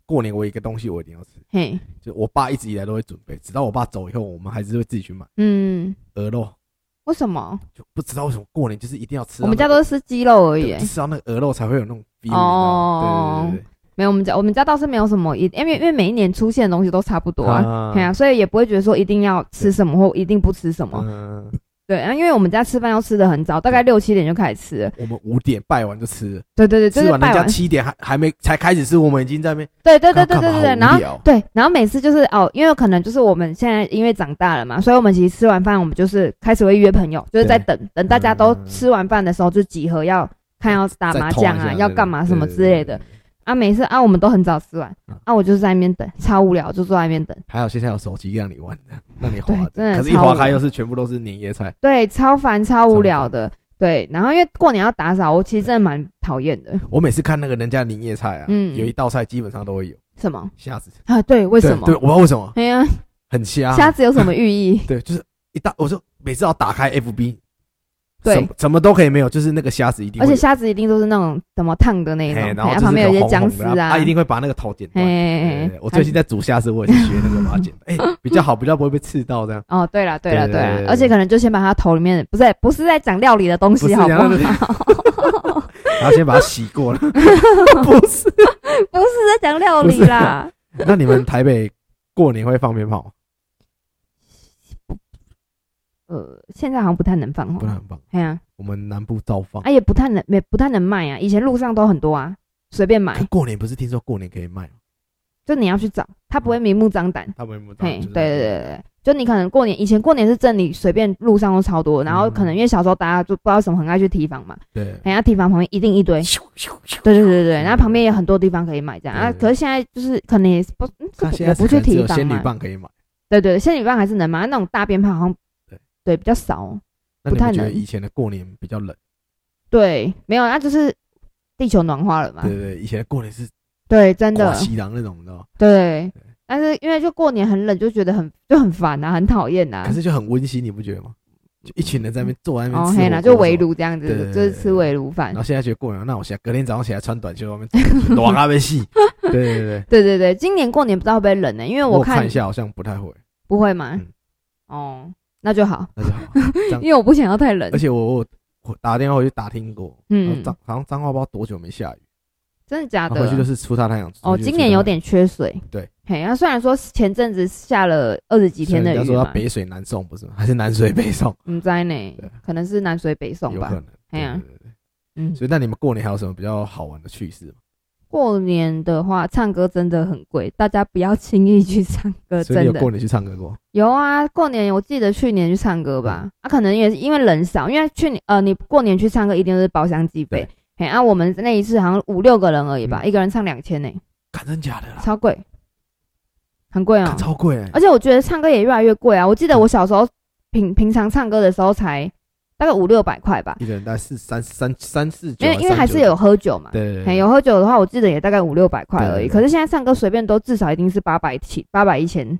Speaker 1: 过年我有一个东西我一定要吃，
Speaker 2: 嘿
Speaker 1: 就我爸一直以来都会准备，直到我爸走以后，我们还是会自己去买
Speaker 2: 嗯，
Speaker 1: 鹅肉。
Speaker 2: 为什么
Speaker 1: 就不知道为什么过年就是一定要吃到那个、
Speaker 2: 我们家都是吃鸡肉而已、
Speaker 1: 对
Speaker 2: 欸
Speaker 1: 就？吃到那个鹅肉才会有那种 feel，你知
Speaker 2: 哦
Speaker 1: 道吗
Speaker 2: 没有，我们家我们家倒是没有什么一，因为因为每一年出现的东西都差不多
Speaker 1: 对对对
Speaker 2: 啊，
Speaker 1: 啊
Speaker 2: 对啊，所以也不会觉得说一定要吃什么或一定不吃什么。
Speaker 1: 嗯，
Speaker 2: 对啊，因为我们家吃饭要吃的很早，大概六七点就开始吃了。
Speaker 1: 我们五点拜完就吃了，
Speaker 2: 对对对，就
Speaker 1: 吃
Speaker 2: 是
Speaker 1: 完人
Speaker 2: 拜
Speaker 1: 家
Speaker 2: 完，
Speaker 1: 七点还还没才开始吃，我们已经在那边
Speaker 2: 对对对对
Speaker 1: 干嘛
Speaker 2: 对对对，然
Speaker 1: 好无
Speaker 2: 后
Speaker 1: 聊
Speaker 2: 对，然后每次就是哦，因为可能就是我们现在因为长大了嘛，所以我们其实吃完饭，我们就是开始会约朋友，就是在等等大家都
Speaker 1: 嗯
Speaker 2: 吃完饭的时候就集合要看要打
Speaker 1: 再
Speaker 2: 麻
Speaker 1: 通一
Speaker 2: 将啊，
Speaker 1: 下
Speaker 2: 要干嘛什么之类。
Speaker 1: 对对对
Speaker 2: 的
Speaker 1: 对对对
Speaker 2: 啊。每次啊，我们都很早吃完
Speaker 1: 嗯
Speaker 2: 啊，我就是在那边等，超无聊，就坐在那边等，
Speaker 1: 还好现在有手机让你玩的，让你划
Speaker 2: 对真的
Speaker 1: 可是一
Speaker 2: 超
Speaker 1: 划
Speaker 2: 无
Speaker 1: 开
Speaker 2: 聊
Speaker 1: 又是全部都是年夜菜，
Speaker 2: 对，超烦超
Speaker 1: 超
Speaker 2: 无
Speaker 1: 烦
Speaker 2: 聊的。对，然后因为过年要打扫，我其实真的蛮讨厌的。
Speaker 1: 我每次看那个人家年夜菜啊，
Speaker 2: 嗯
Speaker 1: 有一道菜基本上都会有
Speaker 2: 什么
Speaker 1: 虾子。
Speaker 2: 啊？对，为
Speaker 1: 为
Speaker 2: 什么
Speaker 1: 对，？我不知道为什么
Speaker 2: 哎呀，
Speaker 1: 很瞎。
Speaker 2: 虾子有什么寓意？
Speaker 1: 对，就是一大，我说每次要打开 FB，
Speaker 2: 对
Speaker 1: 什么什么都可以没有，就是那个虾子一定
Speaker 2: 而
Speaker 1: 会有，
Speaker 2: 且虾子一定都是那种怎么烫的那种，
Speaker 1: 嘿
Speaker 2: 嘿
Speaker 1: 然后
Speaker 2: 啊
Speaker 1: 就是
Speaker 2: 旁边有一
Speaker 1: 那
Speaker 2: 些
Speaker 1: 种红
Speaker 2: 姜
Speaker 1: 红
Speaker 2: 丝
Speaker 1: 的啊，他一定会把那个头剪
Speaker 2: 嘿
Speaker 1: 断。
Speaker 2: 嘿
Speaker 1: 对
Speaker 2: 嘿
Speaker 1: 对我最近在煮虾子，我也是学那个把它剪， 哎，比较好，比较不会被刺到这样。
Speaker 2: 哦，对了，对了，
Speaker 1: 对
Speaker 2: 对
Speaker 1: 对对
Speaker 2: 了，
Speaker 1: 对
Speaker 2: 而且可能就先把它头里面，不是不是在讲料理的东
Speaker 1: 不
Speaker 2: 西，
Speaker 1: 是
Speaker 2: 好不
Speaker 1: 然后
Speaker 2: 好？
Speaker 1: 就 然后先把它洗过了，不是。
Speaker 2: 不是在讲料理啦，
Speaker 1: 那你们台北过年会放鞭炮吗？
Speaker 2: 呃，现在好像不太能放
Speaker 1: 不然
Speaker 2: 哦。
Speaker 1: 很棒，
Speaker 2: 哎呀，
Speaker 1: 我们南部照放。
Speaker 2: 啊也不太能，也不太能卖啊。以前路上都很多啊，随便买
Speaker 1: 可，过年不是听说过年可以卖吗？
Speaker 2: 就你要去找，它不会明目张胆。
Speaker 1: 他们有没有当啊
Speaker 2: 嘿，
Speaker 1: 就是
Speaker 2: 对对对对对，就你可能过年以前过年是真的，你随便路上都超多，然
Speaker 1: 嗯
Speaker 2: 后可能因为小时候大家就不知道为什么很爱去提防嘛，
Speaker 1: 对
Speaker 2: 人家提防旁边一定一堆。
Speaker 1: 咻咻咻
Speaker 2: 对对对对，然后旁边也很多地方可以买这样啊。
Speaker 1: 嗯对对
Speaker 2: 可是现在就是可能也是不，嗯
Speaker 1: 那现
Speaker 2: 我
Speaker 1: 在
Speaker 2: 不
Speaker 1: 是可能
Speaker 2: 去
Speaker 1: 只
Speaker 2: 提
Speaker 1: 有
Speaker 2: 防
Speaker 1: 仙女
Speaker 2: 嘛。
Speaker 1: 棒可以买。
Speaker 2: 对对，仙女棒还是能买，那种大鞭炮好像
Speaker 1: 对
Speaker 2: 对比较少哦。
Speaker 1: 那你
Speaker 2: 不太
Speaker 1: 们觉得
Speaker 2: 能
Speaker 1: 以前的过年比较冷？
Speaker 2: 对，没有，那就是地球暖化了嘛。
Speaker 1: 对对，对以前的过年是
Speaker 2: 对，真
Speaker 1: 挂
Speaker 2: 的，
Speaker 1: 西凉那种，你知道吗？
Speaker 2: 对。但是因为就过年很冷，就觉得很就很烦啊，很讨厌呐
Speaker 1: 可。是就很温馨，你不觉得吗？就一群人在那边坐在那边
Speaker 2: 嗯哦
Speaker 1: 吃火
Speaker 2: 嘿
Speaker 1: 锅
Speaker 2: 啦，
Speaker 1: 的
Speaker 2: 就
Speaker 1: 时候
Speaker 2: 围。炉这样
Speaker 1: 对对
Speaker 2: 子，
Speaker 1: 对
Speaker 2: 就是吃围炉饭
Speaker 1: 然后。现在觉得过年，那我现在隔天早上起来穿短袖，外面暖啊被 戏。对对对对，
Speaker 2: 对对对，今年过年不知道会不会冷呢？因为
Speaker 1: 我
Speaker 2: 看
Speaker 1: 看一下好像不太会，
Speaker 2: 不会吗
Speaker 1: 嗯？
Speaker 2: 哦，那就好，
Speaker 1: 那就 好。这样
Speaker 2: 因为我不想要太冷
Speaker 1: 而。且我我我打电话回去打听过，
Speaker 2: 嗯
Speaker 1: 嗯，彰好像彰化不知道多久没下雨，
Speaker 2: 真的假
Speaker 1: 啊然后回去就
Speaker 2: 的？
Speaker 1: 是出大太阳。
Speaker 2: 哦，
Speaker 1: 回去就
Speaker 2: 今
Speaker 1: 出
Speaker 2: 年
Speaker 1: 大太阳
Speaker 2: 有点缺水。
Speaker 1: 对，
Speaker 2: 嘿，那虽然说前阵子下了二十几天的
Speaker 1: 所以人
Speaker 2: 雨
Speaker 1: 家说
Speaker 2: 嘛
Speaker 1: 要，北水南送不是吗？ 还是南水北 送？
Speaker 2: 唔知呢
Speaker 1: 对，
Speaker 2: 可能是南水北送
Speaker 1: 有
Speaker 2: 吧
Speaker 1: 可。能。
Speaker 2: 哎呀
Speaker 1: 对对对对
Speaker 2: 嗯，
Speaker 1: 所以那你们过年还有什么比较好玩的趣事吗？
Speaker 2: 过年的话，唱歌真的很贵，大家不要轻易去唱歌，
Speaker 1: 所以你
Speaker 2: 呃真
Speaker 1: 有
Speaker 2: 的
Speaker 1: 过年去唱歌过？
Speaker 2: 有啊。过年我记得去年去唱歌吧，
Speaker 1: 嗯
Speaker 2: 啊，可能也是因为人少，因为去年呃，你过年去唱歌一定都是包厢计费
Speaker 1: 对，
Speaker 2: 嘿，啊，我们那一次好像五六个人而已吧，
Speaker 1: 嗯啊
Speaker 2: 一个人唱两千呢，
Speaker 1: 看真假的啦，
Speaker 2: 超贵，很贵 哦
Speaker 1: 干。超贵欸。
Speaker 2: 而且我觉得唱歌也越来越贵啊，我记
Speaker 1: 嗯
Speaker 2: 得我小时候平平常唱歌的时候才大概五六百块吧，
Speaker 1: 一个人大概四三三三四九
Speaker 2: 因
Speaker 1: 啊，
Speaker 2: 为因为还
Speaker 1: 39
Speaker 2: 是有喝酒嘛，
Speaker 1: 对对
Speaker 2: 嘿
Speaker 1: 对
Speaker 2: 有喝酒的话，我记得也大概五六百块
Speaker 1: 对对
Speaker 2: 而已。
Speaker 1: 对
Speaker 2: 可是现在唱歌随便都至少一定是八百起，八百一千，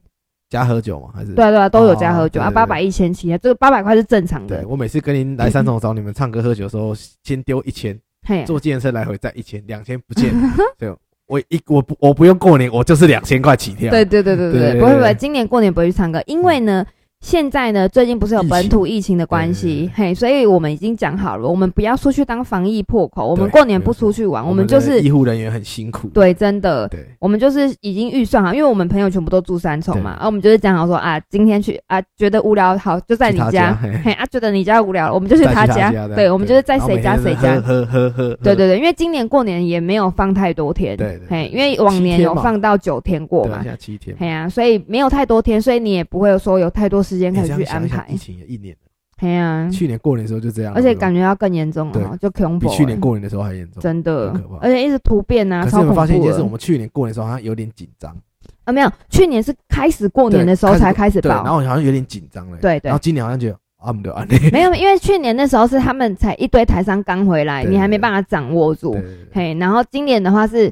Speaker 1: 加喝酒嘛，还是
Speaker 2: 对啊对啊，都有加喝酒
Speaker 1: 哦
Speaker 2: 啊，
Speaker 1: 对对
Speaker 2: 八
Speaker 1: 对
Speaker 2: 百一千起，这个八百块是正常
Speaker 1: 对
Speaker 2: 的。
Speaker 1: 我每次跟您来三重找你们唱歌喝酒的时候，先丢一千，
Speaker 2: 嘿，
Speaker 1: 坐计程车来回再一千，两千不 见了。所以我一我不我不用过年，我就是两千块起跳。
Speaker 2: 对对对对
Speaker 1: 对
Speaker 2: 对，
Speaker 1: 对嗯
Speaker 2: 不会
Speaker 1: 对
Speaker 2: 不会，
Speaker 1: 对
Speaker 2: 今年过年不会去唱歌，因为呢。现在呢，最近不是有
Speaker 1: 疫情
Speaker 2: 本土疫情的关系，嘿，所以我们已经讲好了，我们不要出去当防疫破口，我们
Speaker 1: 对
Speaker 2: 过年不
Speaker 1: 没错
Speaker 2: 出去玩，
Speaker 1: 我
Speaker 2: 啊我
Speaker 1: 们
Speaker 2: 们就
Speaker 1: 的
Speaker 2: 是
Speaker 1: 医护人员很辛苦。
Speaker 2: 对，真的，
Speaker 1: 对
Speaker 2: 我们就是已经预算好，因为我们朋友全部都住三重嘛，
Speaker 1: 对
Speaker 2: 啊，我们就是讲好说啊，今天去啊，觉得无聊，好就在你
Speaker 1: 去他
Speaker 2: 家，
Speaker 1: 家嘿
Speaker 2: 嘿啊，觉得你家无聊了，我们就去
Speaker 1: 再去
Speaker 2: 他
Speaker 1: 家
Speaker 2: 家，
Speaker 1: 这样
Speaker 2: 对，我们就是在
Speaker 1: 然后
Speaker 2: 谁
Speaker 1: 每
Speaker 2: 家
Speaker 1: 天
Speaker 2: 谁
Speaker 1: 喝
Speaker 2: 家，
Speaker 1: 喝喝喝，
Speaker 2: 对对对，因为今年过年也没有放太多天，
Speaker 1: 对对对
Speaker 2: 嘿，因为往年
Speaker 1: 七
Speaker 2: 有
Speaker 1: 天嘛
Speaker 2: 放到九天过
Speaker 1: 对啊，
Speaker 2: 嘛
Speaker 1: 现，在七天。
Speaker 2: 嘿呀、啊，所以没有太多天，所以你也不会说有太多时间可
Speaker 1: 你
Speaker 2: 以
Speaker 1: 哎这样
Speaker 2: 去
Speaker 1: 想
Speaker 2: 安
Speaker 1: 一想
Speaker 2: 排
Speaker 1: 疫，情也一年了，
Speaker 2: 嘿呀、啊，
Speaker 1: 去年过年的时候就这样了，
Speaker 2: 而且
Speaker 1: 对吧
Speaker 2: 感觉要更严重了哦，就恐怖
Speaker 1: 比
Speaker 2: 了，
Speaker 1: 去年过年的时候还严重。
Speaker 2: 真的
Speaker 1: 很可，怕
Speaker 2: 而且一直突变啊，
Speaker 1: 可是
Speaker 2: 超
Speaker 1: 你
Speaker 2: 恐怖
Speaker 1: 们发
Speaker 2: 的。
Speaker 1: 现一件事，我们去年过年的时候好像有点紧张，
Speaker 2: 啊，没有，去年是开始过年的时候
Speaker 1: 对
Speaker 2: 才开始
Speaker 1: 对，然
Speaker 2: 报，
Speaker 1: 后好像有点紧张了，
Speaker 2: 对对
Speaker 1: 然后今年好像觉得啊，没有啊，
Speaker 2: 没有，因为去年那时候是他们才一堆台商刚回来，
Speaker 1: 对
Speaker 2: 你还没办法掌握住
Speaker 1: 对，对对
Speaker 2: 嘿，然后今年的话是。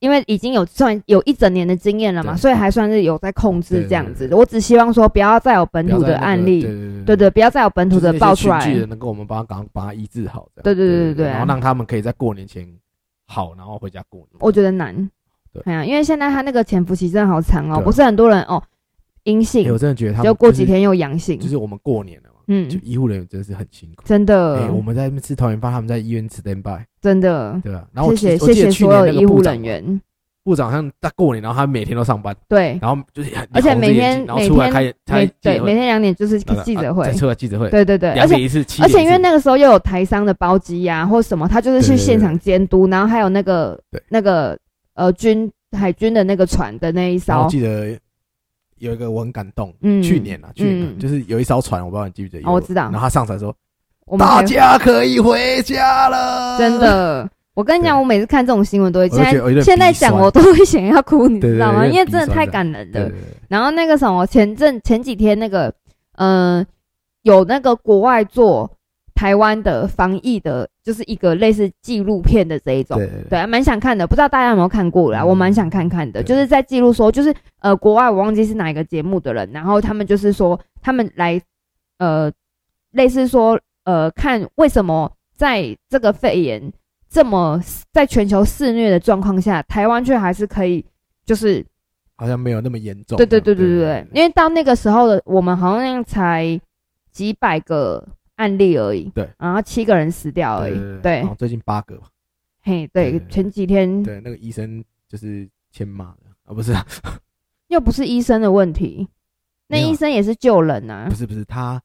Speaker 2: 因为已经有算有一整年的经验了嘛，
Speaker 1: 对
Speaker 2: 所以还算是有在控制
Speaker 1: 对
Speaker 2: 这样
Speaker 1: 对
Speaker 2: 子。我只希望说不要再有本土的案例，
Speaker 1: 不要再那个
Speaker 2: 对
Speaker 1: 对
Speaker 2: 对，不要再有本
Speaker 1: 就
Speaker 2: 土
Speaker 1: 是
Speaker 2: 的
Speaker 1: 那些
Speaker 2: 爆出来。
Speaker 1: 群聚的能够我们帮他赶快把它医治好，这样
Speaker 2: 对对对对对
Speaker 1: 然后让他们可以在过年前好，然后回家过年。
Speaker 2: 我觉得难。
Speaker 1: 对
Speaker 2: 哎呀，因为现在他那个潜伏期真的好长哦，
Speaker 1: 对啊
Speaker 2: 不是很多人哦，阴性
Speaker 1: 哎，我真的觉得他们
Speaker 2: 就过
Speaker 1: 是
Speaker 2: 几，天又阳性
Speaker 1: 就，是我们过年了嘛，
Speaker 2: 嗯
Speaker 1: 就，医护人员真的是很辛苦。
Speaker 2: 真
Speaker 1: 哎，
Speaker 2: 的，
Speaker 1: 我们在那边吃团圆饭，他们在医院 stand by，
Speaker 2: 真的，
Speaker 1: 对吧？然后我记
Speaker 2: 谢谢
Speaker 1: 我
Speaker 2: 谢
Speaker 1: 记得
Speaker 2: 谢
Speaker 1: 去
Speaker 2: 所
Speaker 1: 年
Speaker 2: 有
Speaker 1: 那个
Speaker 2: 医护
Speaker 1: 部长
Speaker 2: 人
Speaker 1: 嘛，
Speaker 2: 员，
Speaker 1: 部长好像在过年，然后他每天都上班，
Speaker 2: 对
Speaker 1: 然后就是很
Speaker 2: 而且
Speaker 1: 红着
Speaker 2: 每天
Speaker 1: 眼睛然后出来开开
Speaker 2: 每
Speaker 1: 记
Speaker 2: 对
Speaker 1: 者会
Speaker 2: 每天两点就是
Speaker 1: 那个
Speaker 2: 记者会
Speaker 1: 啊再，出来记者会，
Speaker 2: 对对对，而
Speaker 1: 两点
Speaker 2: 且
Speaker 1: 一次，七
Speaker 2: 而且
Speaker 1: 点一
Speaker 2: 因为
Speaker 1: 次
Speaker 2: 那个时候又有台商的包机呀或什么，他就是去
Speaker 1: 对对对
Speaker 2: 现场监督，然后还有那个
Speaker 1: 对
Speaker 2: 那个呃军海军的那个船的那一
Speaker 1: 然后
Speaker 2: 艘
Speaker 1: 我，记得有一个我很感动，
Speaker 2: 嗯
Speaker 1: 去年啊，去年啊
Speaker 2: 嗯
Speaker 1: 就是有一艘船，我不知道你记不记得，
Speaker 2: 哦我知道
Speaker 1: 然后他上船说：“
Speaker 2: 我们
Speaker 1: 大
Speaker 2: 还
Speaker 1: 家可以回家了。”
Speaker 2: 真，的。我跟你讲，
Speaker 1: 对
Speaker 2: 我每次看这种新闻都会，
Speaker 1: 就觉
Speaker 2: 现
Speaker 1: 得有
Speaker 2: 在
Speaker 1: 点
Speaker 2: 现在
Speaker 1: 鼻酸
Speaker 2: 讲我都会想要哭，你
Speaker 1: 对对
Speaker 2: 知道吗？
Speaker 1: 有点
Speaker 2: 因为真的
Speaker 1: 鼻酸
Speaker 2: 太
Speaker 1: 的
Speaker 2: 感人
Speaker 1: 对
Speaker 2: 了
Speaker 1: 对。对
Speaker 2: 然后那个什么，前阵前几天那个，嗯，有那个国外做台湾的防疫的，就是一个类似纪录片的这一种，
Speaker 1: 对对
Speaker 2: 对，还蛮想看的。不知道大家有没有看过啦？
Speaker 1: 嗯
Speaker 2: 我蛮想看看的，
Speaker 1: 对
Speaker 2: 就是在记录说，就是呃，国外我忘记是哪一个节目的人，然后他们就是说，他们来呃，类似说呃，看为什么在这个肺炎这么在全球肆虐的状况下，台湾却还是可以就是
Speaker 1: 好像没有那么严重。啊
Speaker 2: 对对对对对对，因为到那个时候的我们好像才几百个案例而已，
Speaker 1: 对，
Speaker 2: 然后七个人死掉而已，对嗯
Speaker 1: 然，后最近八个吧，
Speaker 2: 嘿，
Speaker 1: 对
Speaker 2: 对
Speaker 1: 对，
Speaker 2: 前几天
Speaker 1: 对，那个医生就是欠骂的啊，不是啊，
Speaker 2: 嗯又不是医生的问题，那
Speaker 1: 没有啊
Speaker 2: 医生也是救人啊
Speaker 1: 不，是不是，他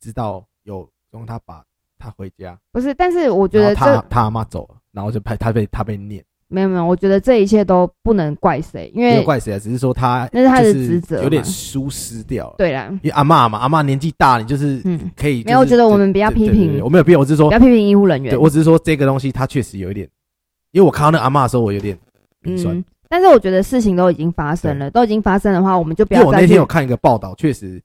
Speaker 1: 知道有让他把他回家，
Speaker 2: 不是，但是我觉
Speaker 1: 然后
Speaker 2: 得
Speaker 1: 他
Speaker 2: 这
Speaker 1: 他阿妈走了，然后就拍他被他被念，
Speaker 2: 没有没有，我觉得这一切都不能怪谁，因
Speaker 1: 没有
Speaker 2: 为
Speaker 1: 怪谁啊，只是说他
Speaker 2: 那是他的
Speaker 1: 就是
Speaker 2: 职责
Speaker 1: 有点
Speaker 2: 嘛
Speaker 1: 疏失掉了。，
Speaker 2: 对啦，
Speaker 1: 因为阿嬷嘛，阿嬷年纪大，你就是
Speaker 2: 嗯，
Speaker 1: 可以、就是
Speaker 2: 没有我觉得我们不要
Speaker 1: 对对
Speaker 2: 批评
Speaker 1: 对对我没有批评，我只是说
Speaker 2: 不要批评医护人员
Speaker 1: 对，。我只是说这个东西它确实有一点，因为我看到那个阿嬷的时候，我有点鼻酸。
Speaker 2: 嗯，但是我觉得事情都已经发生了，都已经发生的话，我们就不
Speaker 1: 因为
Speaker 2: 要
Speaker 1: 我
Speaker 2: 再
Speaker 1: 那
Speaker 2: 去
Speaker 1: 天有。看一个报道，确实，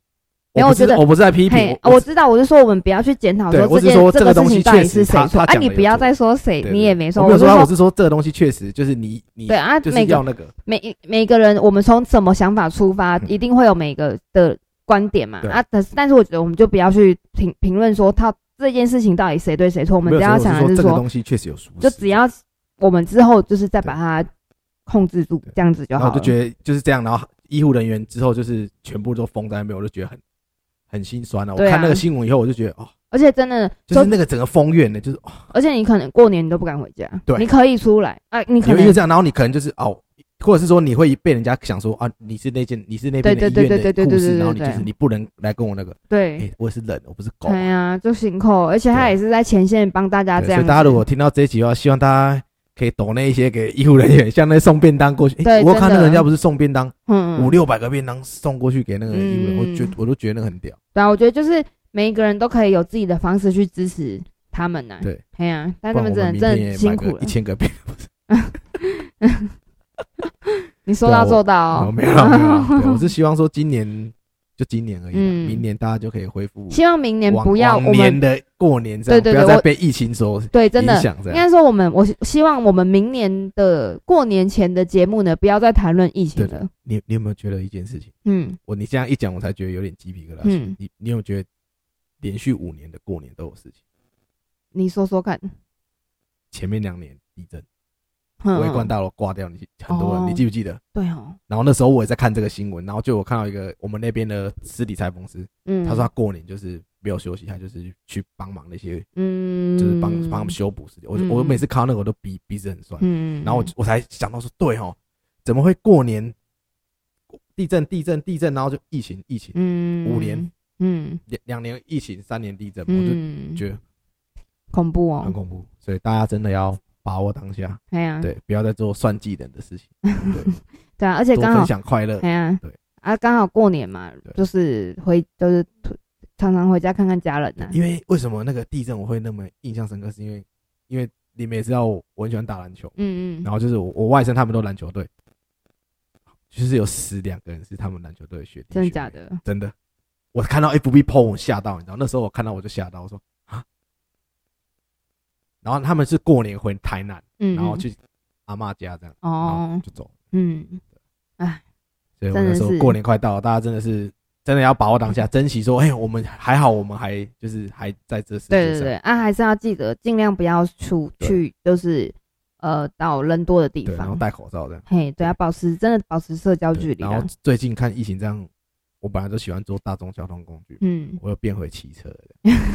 Speaker 2: 没有
Speaker 1: 我不是
Speaker 2: 我觉得
Speaker 1: 我不是在批评
Speaker 2: 嘿，，哦
Speaker 1: 我
Speaker 2: 我知道，我就说我们不要去检讨
Speaker 1: 对
Speaker 2: 说
Speaker 1: 我只
Speaker 2: 这
Speaker 1: 是说
Speaker 2: 件
Speaker 1: 这
Speaker 2: 这
Speaker 1: 个
Speaker 2: 个
Speaker 1: 东
Speaker 2: 事
Speaker 1: 西
Speaker 2: 情到
Speaker 1: 确
Speaker 2: 底
Speaker 1: 实
Speaker 2: 是
Speaker 1: 他
Speaker 2: 谁错，
Speaker 1: 他
Speaker 2: 啊，
Speaker 1: 讲
Speaker 2: 你
Speaker 1: 的
Speaker 2: 不
Speaker 1: 有
Speaker 2: 要
Speaker 1: 错
Speaker 2: 再说谁，
Speaker 1: 对对
Speaker 2: 你也没
Speaker 1: 我
Speaker 2: 说，
Speaker 1: 没有说
Speaker 2: 是
Speaker 1: 他，我
Speaker 2: 说
Speaker 1: 是说这个东西确实就是你你
Speaker 2: 对啊，
Speaker 1: 就是
Speaker 2: 每
Speaker 1: 要
Speaker 2: 个
Speaker 1: 那个
Speaker 2: 每每个人，我们从什么想法出发，
Speaker 1: 嗯
Speaker 2: 一定会有每个的观点嘛
Speaker 1: 对
Speaker 2: 啊，但是但是我觉得我们就不要去评评论说他这件事情到底谁对谁错，我
Speaker 1: 没
Speaker 2: 们
Speaker 1: 有
Speaker 2: 只要
Speaker 1: 所以
Speaker 2: 想
Speaker 1: 我是
Speaker 2: 的是
Speaker 1: 说这个
Speaker 2: 说，
Speaker 1: 东西确实有疏失，
Speaker 2: 就只要我们之后就是再把
Speaker 1: 对
Speaker 2: 它控制住
Speaker 1: 对，
Speaker 2: 这样子就
Speaker 1: 然
Speaker 2: 好
Speaker 1: 后
Speaker 2: 了。
Speaker 1: 我就觉得就是这样，然后医护人员之后就是全部都封在那边，我就觉得很很心酸了、我
Speaker 2: 对啊
Speaker 1: 看那个新闻以后，我就觉得哦，
Speaker 2: 而且真的，
Speaker 1: 就是
Speaker 2: 说
Speaker 1: 那个整个封院的，就是、哦、
Speaker 2: 而且你可能过年你都不敢回家，
Speaker 1: 对
Speaker 2: 你可以出来啊，你可
Speaker 1: 因为因
Speaker 2: 能
Speaker 1: 为这样，然后你可能就是哦，或者是说你会被人家想说啊，你是那件你是那边的
Speaker 2: 对
Speaker 1: 医
Speaker 2: 对对
Speaker 1: 院
Speaker 2: 对
Speaker 1: 的
Speaker 2: 对对
Speaker 1: 护
Speaker 2: 对
Speaker 1: 士，
Speaker 2: 对
Speaker 1: 然后你就
Speaker 2: 对
Speaker 1: 是你不能来跟我那个，
Speaker 2: 对
Speaker 1: 哎、，我也是人，我不是狗、
Speaker 2: 对啊，就辛苦，而且他
Speaker 1: 对啊
Speaker 2: 也是在前线帮大家
Speaker 1: 对
Speaker 2: 这样
Speaker 1: 所以
Speaker 2: 子。
Speaker 1: 大家如果听到这一集的话，希望大家可以懂那一些给医护人员，像那送便当过去。诶
Speaker 2: 对
Speaker 1: 我有看那
Speaker 2: 真的
Speaker 1: 个人家不是送便当，
Speaker 2: 嗯
Speaker 1: 五，六百个便当送过去给那个医护人员，
Speaker 2: 嗯
Speaker 1: 我觉我都觉得那个很屌。
Speaker 2: 对啊，我觉得就是每一个人都可以有自己的方式去支持他们呐、
Speaker 1: 对，
Speaker 2: 哎呀、但
Speaker 1: 不然
Speaker 2: 他们
Speaker 1: 我们
Speaker 2: 真的
Speaker 1: 明
Speaker 2: 真
Speaker 1: 天
Speaker 2: 的
Speaker 1: 也
Speaker 2: 辛
Speaker 1: 买
Speaker 2: 苦
Speaker 1: 个
Speaker 2: 了
Speaker 1: 一，千个便
Speaker 2: 你说
Speaker 1: 对啊
Speaker 2: 到
Speaker 1: 我
Speaker 2: 做到
Speaker 1: 当。
Speaker 2: 哦、
Speaker 1: 哦 没有啦没有啦， 对我是希望说今年就今年而已啦，
Speaker 2: 嗯
Speaker 1: 明年大家就可以恢复
Speaker 2: 希望明年
Speaker 1: 往。
Speaker 2: 不要
Speaker 1: 往
Speaker 2: 我
Speaker 1: 年
Speaker 2: 们
Speaker 1: 的过年这样，
Speaker 2: 对对
Speaker 1: 不要
Speaker 2: 对
Speaker 1: 再
Speaker 2: 我
Speaker 1: 被疫情所
Speaker 2: 对真
Speaker 1: 影
Speaker 2: 的。
Speaker 1: 响这啊
Speaker 2: 应
Speaker 1: 样。
Speaker 2: 该说，我们我希望我们明年的过年前的节目呢，不要再谈论疫情
Speaker 1: 对
Speaker 2: 了。
Speaker 1: 你你有没有觉得一件事情？
Speaker 2: 嗯，
Speaker 1: 我你这样一讲，我才觉得有点鸡皮疙瘩。
Speaker 2: 嗯
Speaker 1: 你你有没有觉得连续五年的过年都有事情？
Speaker 2: 你说说看。
Speaker 1: 前面两年地震。
Speaker 2: 嗯
Speaker 1: 围观大楼挂掉，你很多人，
Speaker 2: 哦
Speaker 1: 你记不记得？
Speaker 2: 对哦，
Speaker 1: 然后那时候我也在看这个新闻，然后就有看到一个我们那边的私理裁缝师，
Speaker 2: 嗯，
Speaker 1: 他说他过年就是没有休息，他就是去帮忙那些，
Speaker 2: 嗯，
Speaker 1: 就是帮帮他们修补尸体。我就
Speaker 2: 嗯
Speaker 1: 我每次看到那个我都鼻鼻子很酸，
Speaker 2: 嗯，
Speaker 1: 然后我就我才想到说，对哦，怎么会过年地震地震地震，然后就疫情疫情
Speaker 2: 嗯
Speaker 1: 五年，
Speaker 2: 嗯
Speaker 1: 两两年疫情，三年地震，我
Speaker 2: 嗯
Speaker 1: 就，觉得
Speaker 2: 恐怖哦
Speaker 1: 很，恐怖，所以大家真的要把握当下，
Speaker 2: 哎呀，
Speaker 1: 对，不要再做算计人的事 情，对，
Speaker 2: 对啊，而且
Speaker 1: 多
Speaker 2: 刚好
Speaker 1: 分享快乐
Speaker 2: 哎，呀，
Speaker 1: 对
Speaker 2: 啊，刚好过年嘛
Speaker 1: 对，
Speaker 2: 就是回就是常常回家看看家人啊呐、
Speaker 1: 因为为什么那个地震我会那么印象深刻，是因为因为你们也知道我我很喜欢打篮球，
Speaker 2: 嗯嗯
Speaker 1: 然后就是我我外甥他们都篮球队，就是有十两个人是他们篮球队的学弟，
Speaker 2: 真的假
Speaker 1: 学妹？
Speaker 2: 的？
Speaker 1: 真的，我看到 FB PO 我吓到，你知道那时候我看到我就吓到，我说啊，然后他们是过年回台南，
Speaker 2: 嗯，
Speaker 1: 然后
Speaker 2: 嗯
Speaker 1: 去阿嬷家这样，然后
Speaker 2: 哦，
Speaker 1: 就走，
Speaker 2: 嗯，
Speaker 1: 所以我
Speaker 2: 真的
Speaker 1: 那时候
Speaker 2: 是
Speaker 1: 过年快到了，大家真的是。真的要把握当下，珍惜说，哎、我们还好，我们还就是还在这世界
Speaker 2: 对
Speaker 1: 上。
Speaker 2: 对对，啊，还是要记得尽量不要出
Speaker 1: 对
Speaker 2: 去，就是呃到人多的地
Speaker 1: 对，然后
Speaker 2: 方。
Speaker 1: 戴口罩这样。
Speaker 2: 嘿，对啊，保持真的保持社交距
Speaker 1: 对
Speaker 2: 离
Speaker 1: 然
Speaker 2: 啊
Speaker 1: 后。最近看疫情这样，我本来都喜欢坐大众交通工具，
Speaker 2: 嗯，
Speaker 1: 我又变回骑车了。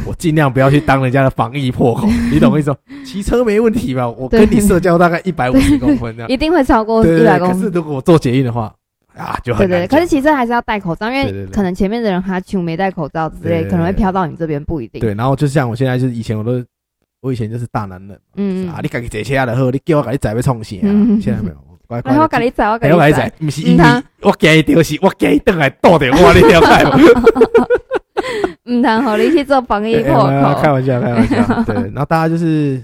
Speaker 1: 我尽量不要去当人家的防疫破口，你懂我意思吗？骑车没问题吧？我跟你
Speaker 2: 对
Speaker 1: 社交大概一百五十公分这样。
Speaker 2: 一定会超过
Speaker 1: 对
Speaker 2: 一
Speaker 1: 对
Speaker 2: 百
Speaker 1: 对，
Speaker 2: 公
Speaker 1: 可是
Speaker 2: 分。
Speaker 1: 如果我坐捷运的话，啊，就
Speaker 2: 对
Speaker 1: 很
Speaker 2: 对，
Speaker 1: 难
Speaker 2: 对
Speaker 1: 讲。
Speaker 2: 可是其实还是要戴口罩，因
Speaker 1: 对对
Speaker 2: 为
Speaker 1: 对
Speaker 2: 可能前面的人哈穷没戴口罩之
Speaker 1: 对对
Speaker 2: 类，
Speaker 1: 对
Speaker 2: 可能会
Speaker 1: 对
Speaker 2: 飘到你这边，不一定。
Speaker 1: 对，然后就像我现在就是以前我都，我以前就是大男人嘛，就
Speaker 2: 嗯
Speaker 1: 是啊，你自己坐车的好，你叫我自己载要冲啥啊
Speaker 2: 嗯？
Speaker 1: 现在没有，我乖乖
Speaker 2: 哎，
Speaker 1: 地
Speaker 2: 我跟你走，我跟
Speaker 1: 哎，我跟
Speaker 2: 你
Speaker 1: 你
Speaker 2: 走
Speaker 1: 讲，。不是因为
Speaker 2: 唔通
Speaker 1: 我惊伊丢是，我惊伊倒来倒掉我，你了解无？
Speaker 2: 唔
Speaker 1: 哎
Speaker 2: 通互你去做防疫
Speaker 1: 欸欸
Speaker 2: 破
Speaker 1: 没有开
Speaker 2: 口。
Speaker 1: 玩笑，开玩笑。对，然后大家就是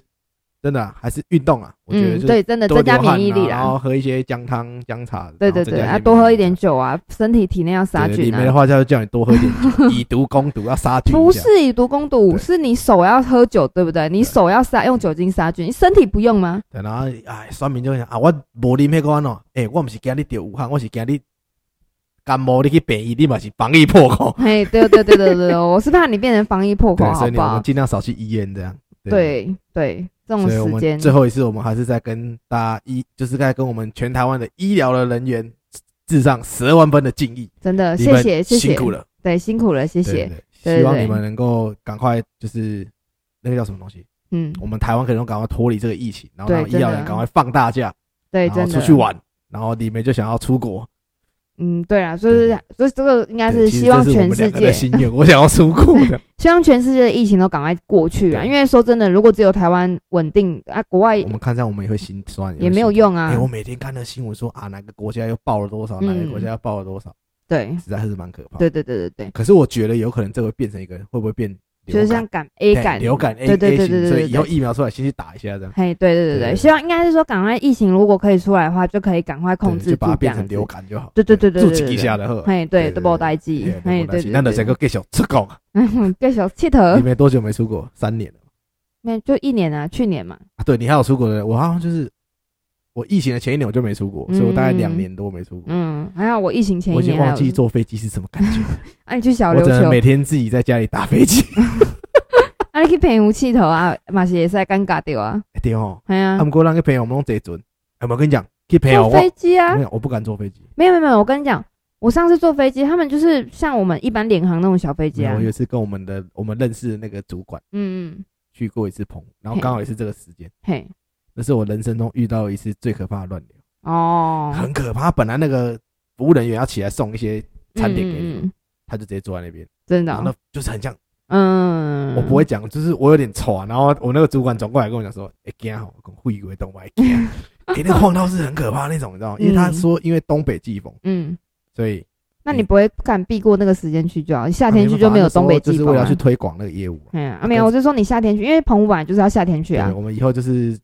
Speaker 1: 真的啊还是运动啊，我觉得
Speaker 2: 嗯，
Speaker 1: 就是
Speaker 2: 对，真的
Speaker 1: 多
Speaker 2: 增加
Speaker 1: 流汗
Speaker 2: 免疫
Speaker 1: 啊
Speaker 2: 力
Speaker 1: 然
Speaker 2: 啦。
Speaker 1: 后喝一些姜汤、姜茶，
Speaker 2: 对
Speaker 1: 然后增
Speaker 2: 对对，
Speaker 1: 加
Speaker 2: 啊，
Speaker 1: 些
Speaker 2: 多喝
Speaker 1: 免
Speaker 2: 一
Speaker 1: 疫
Speaker 2: 点
Speaker 1: 力
Speaker 2: 酒啊，身体体内要杀
Speaker 1: 对对
Speaker 2: 菌
Speaker 1: 里面的
Speaker 2: 啊。
Speaker 1: 话就叫你多喝一点酒，以毒攻毒，要杀菌一
Speaker 2: 不
Speaker 1: 下。
Speaker 2: 是以毒攻毒，
Speaker 1: 对
Speaker 2: 是你手要喝酒，对不对？你手要杀，用酒精杀菌，你身体不 用吗？
Speaker 1: 对，然后哦哎，酸民就会想啊，我无啉迄个安喏，哎，我不是惊你得武汉，我是惊你感冒你去便医，你嘛是防疫破 口。
Speaker 2: 嘿，对对对对对，我是怕你变成防疫破口，
Speaker 1: 对，
Speaker 2: 好
Speaker 1: 所以
Speaker 2: 不
Speaker 1: 你我
Speaker 2: 好
Speaker 1: 们？尽量少去医院这样。
Speaker 2: 对对，这种
Speaker 1: 所以我
Speaker 2: 时
Speaker 1: 们
Speaker 2: 间
Speaker 1: 最后一次，我们还是在跟大家医，就是在跟我们全台湾的医疗的人员致上十二万分的敬意。
Speaker 2: 真的
Speaker 1: 你
Speaker 2: 谢
Speaker 1: 们
Speaker 2: 呃谢谢谢
Speaker 1: 辛，苦了，
Speaker 2: 对辛苦了，谢
Speaker 1: 谢
Speaker 2: 谢，。
Speaker 1: 对希望
Speaker 2: 对对
Speaker 1: 你们能够赶快，就是那个叫什么东西，
Speaker 2: 嗯，
Speaker 1: 我们台湾可能赶快脱离这个疫情，然后让
Speaker 2: 对
Speaker 1: 医疗人
Speaker 2: 真的
Speaker 1: 赶快放大假，
Speaker 2: 对，
Speaker 1: 然后
Speaker 2: 真的
Speaker 1: 出去，玩，然后你们就想要出国，
Speaker 2: 嗯，对啊，所以是所以这个应该
Speaker 1: 对
Speaker 2: 是
Speaker 1: 其实
Speaker 2: 希望
Speaker 1: 这是我
Speaker 2: 全
Speaker 1: 们
Speaker 2: 世
Speaker 1: 两个的
Speaker 2: 界
Speaker 1: 心愿，我想要出国 的，
Speaker 2: 希望全世界的疫情都赶快过去啊！
Speaker 1: 对
Speaker 2: 因为说真的，如果只有台湾稳定啊，国外
Speaker 1: 我们看这样我们也会心酸，
Speaker 2: 也没有
Speaker 1: 心
Speaker 2: 用
Speaker 1: 痛。
Speaker 2: 啊
Speaker 1: 哎，我每天看的新闻说啊，哪个国家又爆了多少，
Speaker 2: 嗯
Speaker 1: 哪个国家又爆了多少，
Speaker 2: 对
Speaker 1: 实在是蛮可怕。
Speaker 2: 对对对对对，
Speaker 1: 可是我觉得有可能这会变成一个，会不会变流
Speaker 2: 就是
Speaker 1: 感
Speaker 2: 像感 A
Speaker 1: 对
Speaker 2: 感
Speaker 1: 流感 A
Speaker 2: 对对
Speaker 1: A
Speaker 2: 对对
Speaker 1: 型，
Speaker 2: 对
Speaker 1: 所
Speaker 2: 对
Speaker 1: 以以后
Speaker 2: 对。
Speaker 1: 疫苗出来先去打一下，这样
Speaker 2: 嘿，对对
Speaker 1: 对
Speaker 2: 对
Speaker 1: 对对
Speaker 2: 对，希望应该是说，赶快疫情如果可以出来的话，就可以赶快控
Speaker 1: 对
Speaker 2: 制
Speaker 1: 就把它
Speaker 2: 住这
Speaker 1: 变成
Speaker 2: 样
Speaker 1: 流
Speaker 2: 子。
Speaker 1: 感就好。
Speaker 2: 对对对对
Speaker 1: 注
Speaker 2: 对
Speaker 1: 记
Speaker 2: 对
Speaker 1: 一下的呵。
Speaker 2: 嘿，
Speaker 1: 对
Speaker 2: 对，
Speaker 1: 对
Speaker 2: 都无代志。嘿，哎对对
Speaker 1: 那
Speaker 2: 对
Speaker 1: 得整个
Speaker 2: 对，哦
Speaker 1: 继续出国呃啊！
Speaker 2: 继续佚佗
Speaker 1: 你，没多久没出国，三年了。
Speaker 2: 那就一年啊，去年嘛，
Speaker 1: 啊对你还有出国的，我好像就是我疫情的前一年我就没出国，所以我大概两年多没出国。
Speaker 2: 嗯，还好我疫情嗯前
Speaker 1: 我
Speaker 2: 一
Speaker 1: 已经
Speaker 2: 年
Speaker 1: 忘
Speaker 2: 还
Speaker 1: 记
Speaker 2: 有，
Speaker 1: 坐飞机是什么感觉，
Speaker 2: 啊，你去小
Speaker 1: 我
Speaker 2: 琉
Speaker 1: 只能
Speaker 2: 球
Speaker 1: 每，天自己在家里打飞机。
Speaker 2: 啊，你去澎湖佚佗啊，嘛是也是尴尬掉啊，
Speaker 1: 哎对哦，
Speaker 2: 哎呀
Speaker 1: 他，们过让个朋友我们弄这准，哎我跟你讲，去朋友
Speaker 2: 坐
Speaker 1: 我
Speaker 2: 飞机啊
Speaker 1: 没，有我不敢坐飞机，
Speaker 2: 没有没有没有，我跟你讲，我上次坐飞机，他们就是像我们一般联航那种小飞机
Speaker 1: 没有
Speaker 2: 啊
Speaker 1: 我，有一次跟我们的我们认识的那个主管
Speaker 2: 嗯嗯，
Speaker 1: 去过一次澎湖，然后
Speaker 2: 嘿
Speaker 1: 刚好也是这个时间，
Speaker 2: 嘿，
Speaker 1: 那是我人生中遇到一次最可怕的乱流。
Speaker 2: 哦，
Speaker 1: 很可怕。本来那个服务人员要起来送一些餐点给你，
Speaker 2: 嗯嗯嗯
Speaker 1: 他就直接坐在那边，
Speaker 2: 真的
Speaker 1: 然后
Speaker 2: 哦，
Speaker 1: 啊那就是很像
Speaker 2: 嗯，
Speaker 1: 我不会，讲，就是我有点丑啊。然后我那个主管转过来跟我讲说：“哎，惊好，跟会以为东北惊，哎，那个晃到是很可怕那种，你知道吗？因为他说因为东北季风，
Speaker 2: 嗯，
Speaker 1: 所以
Speaker 2: 那你不会敢避过那个时间去就好，夏
Speaker 1: 夏
Speaker 2: 天去就没有东北
Speaker 1: 就
Speaker 2: 季
Speaker 1: 是为
Speaker 2: 风
Speaker 1: 了要
Speaker 2: 啊
Speaker 1: 去。推广那个业务啊。
Speaker 2: 哎呀，啊没有，我就说你夏天去，因为澎湖本来就是要夏天去啊
Speaker 1: 对，。我们以后就是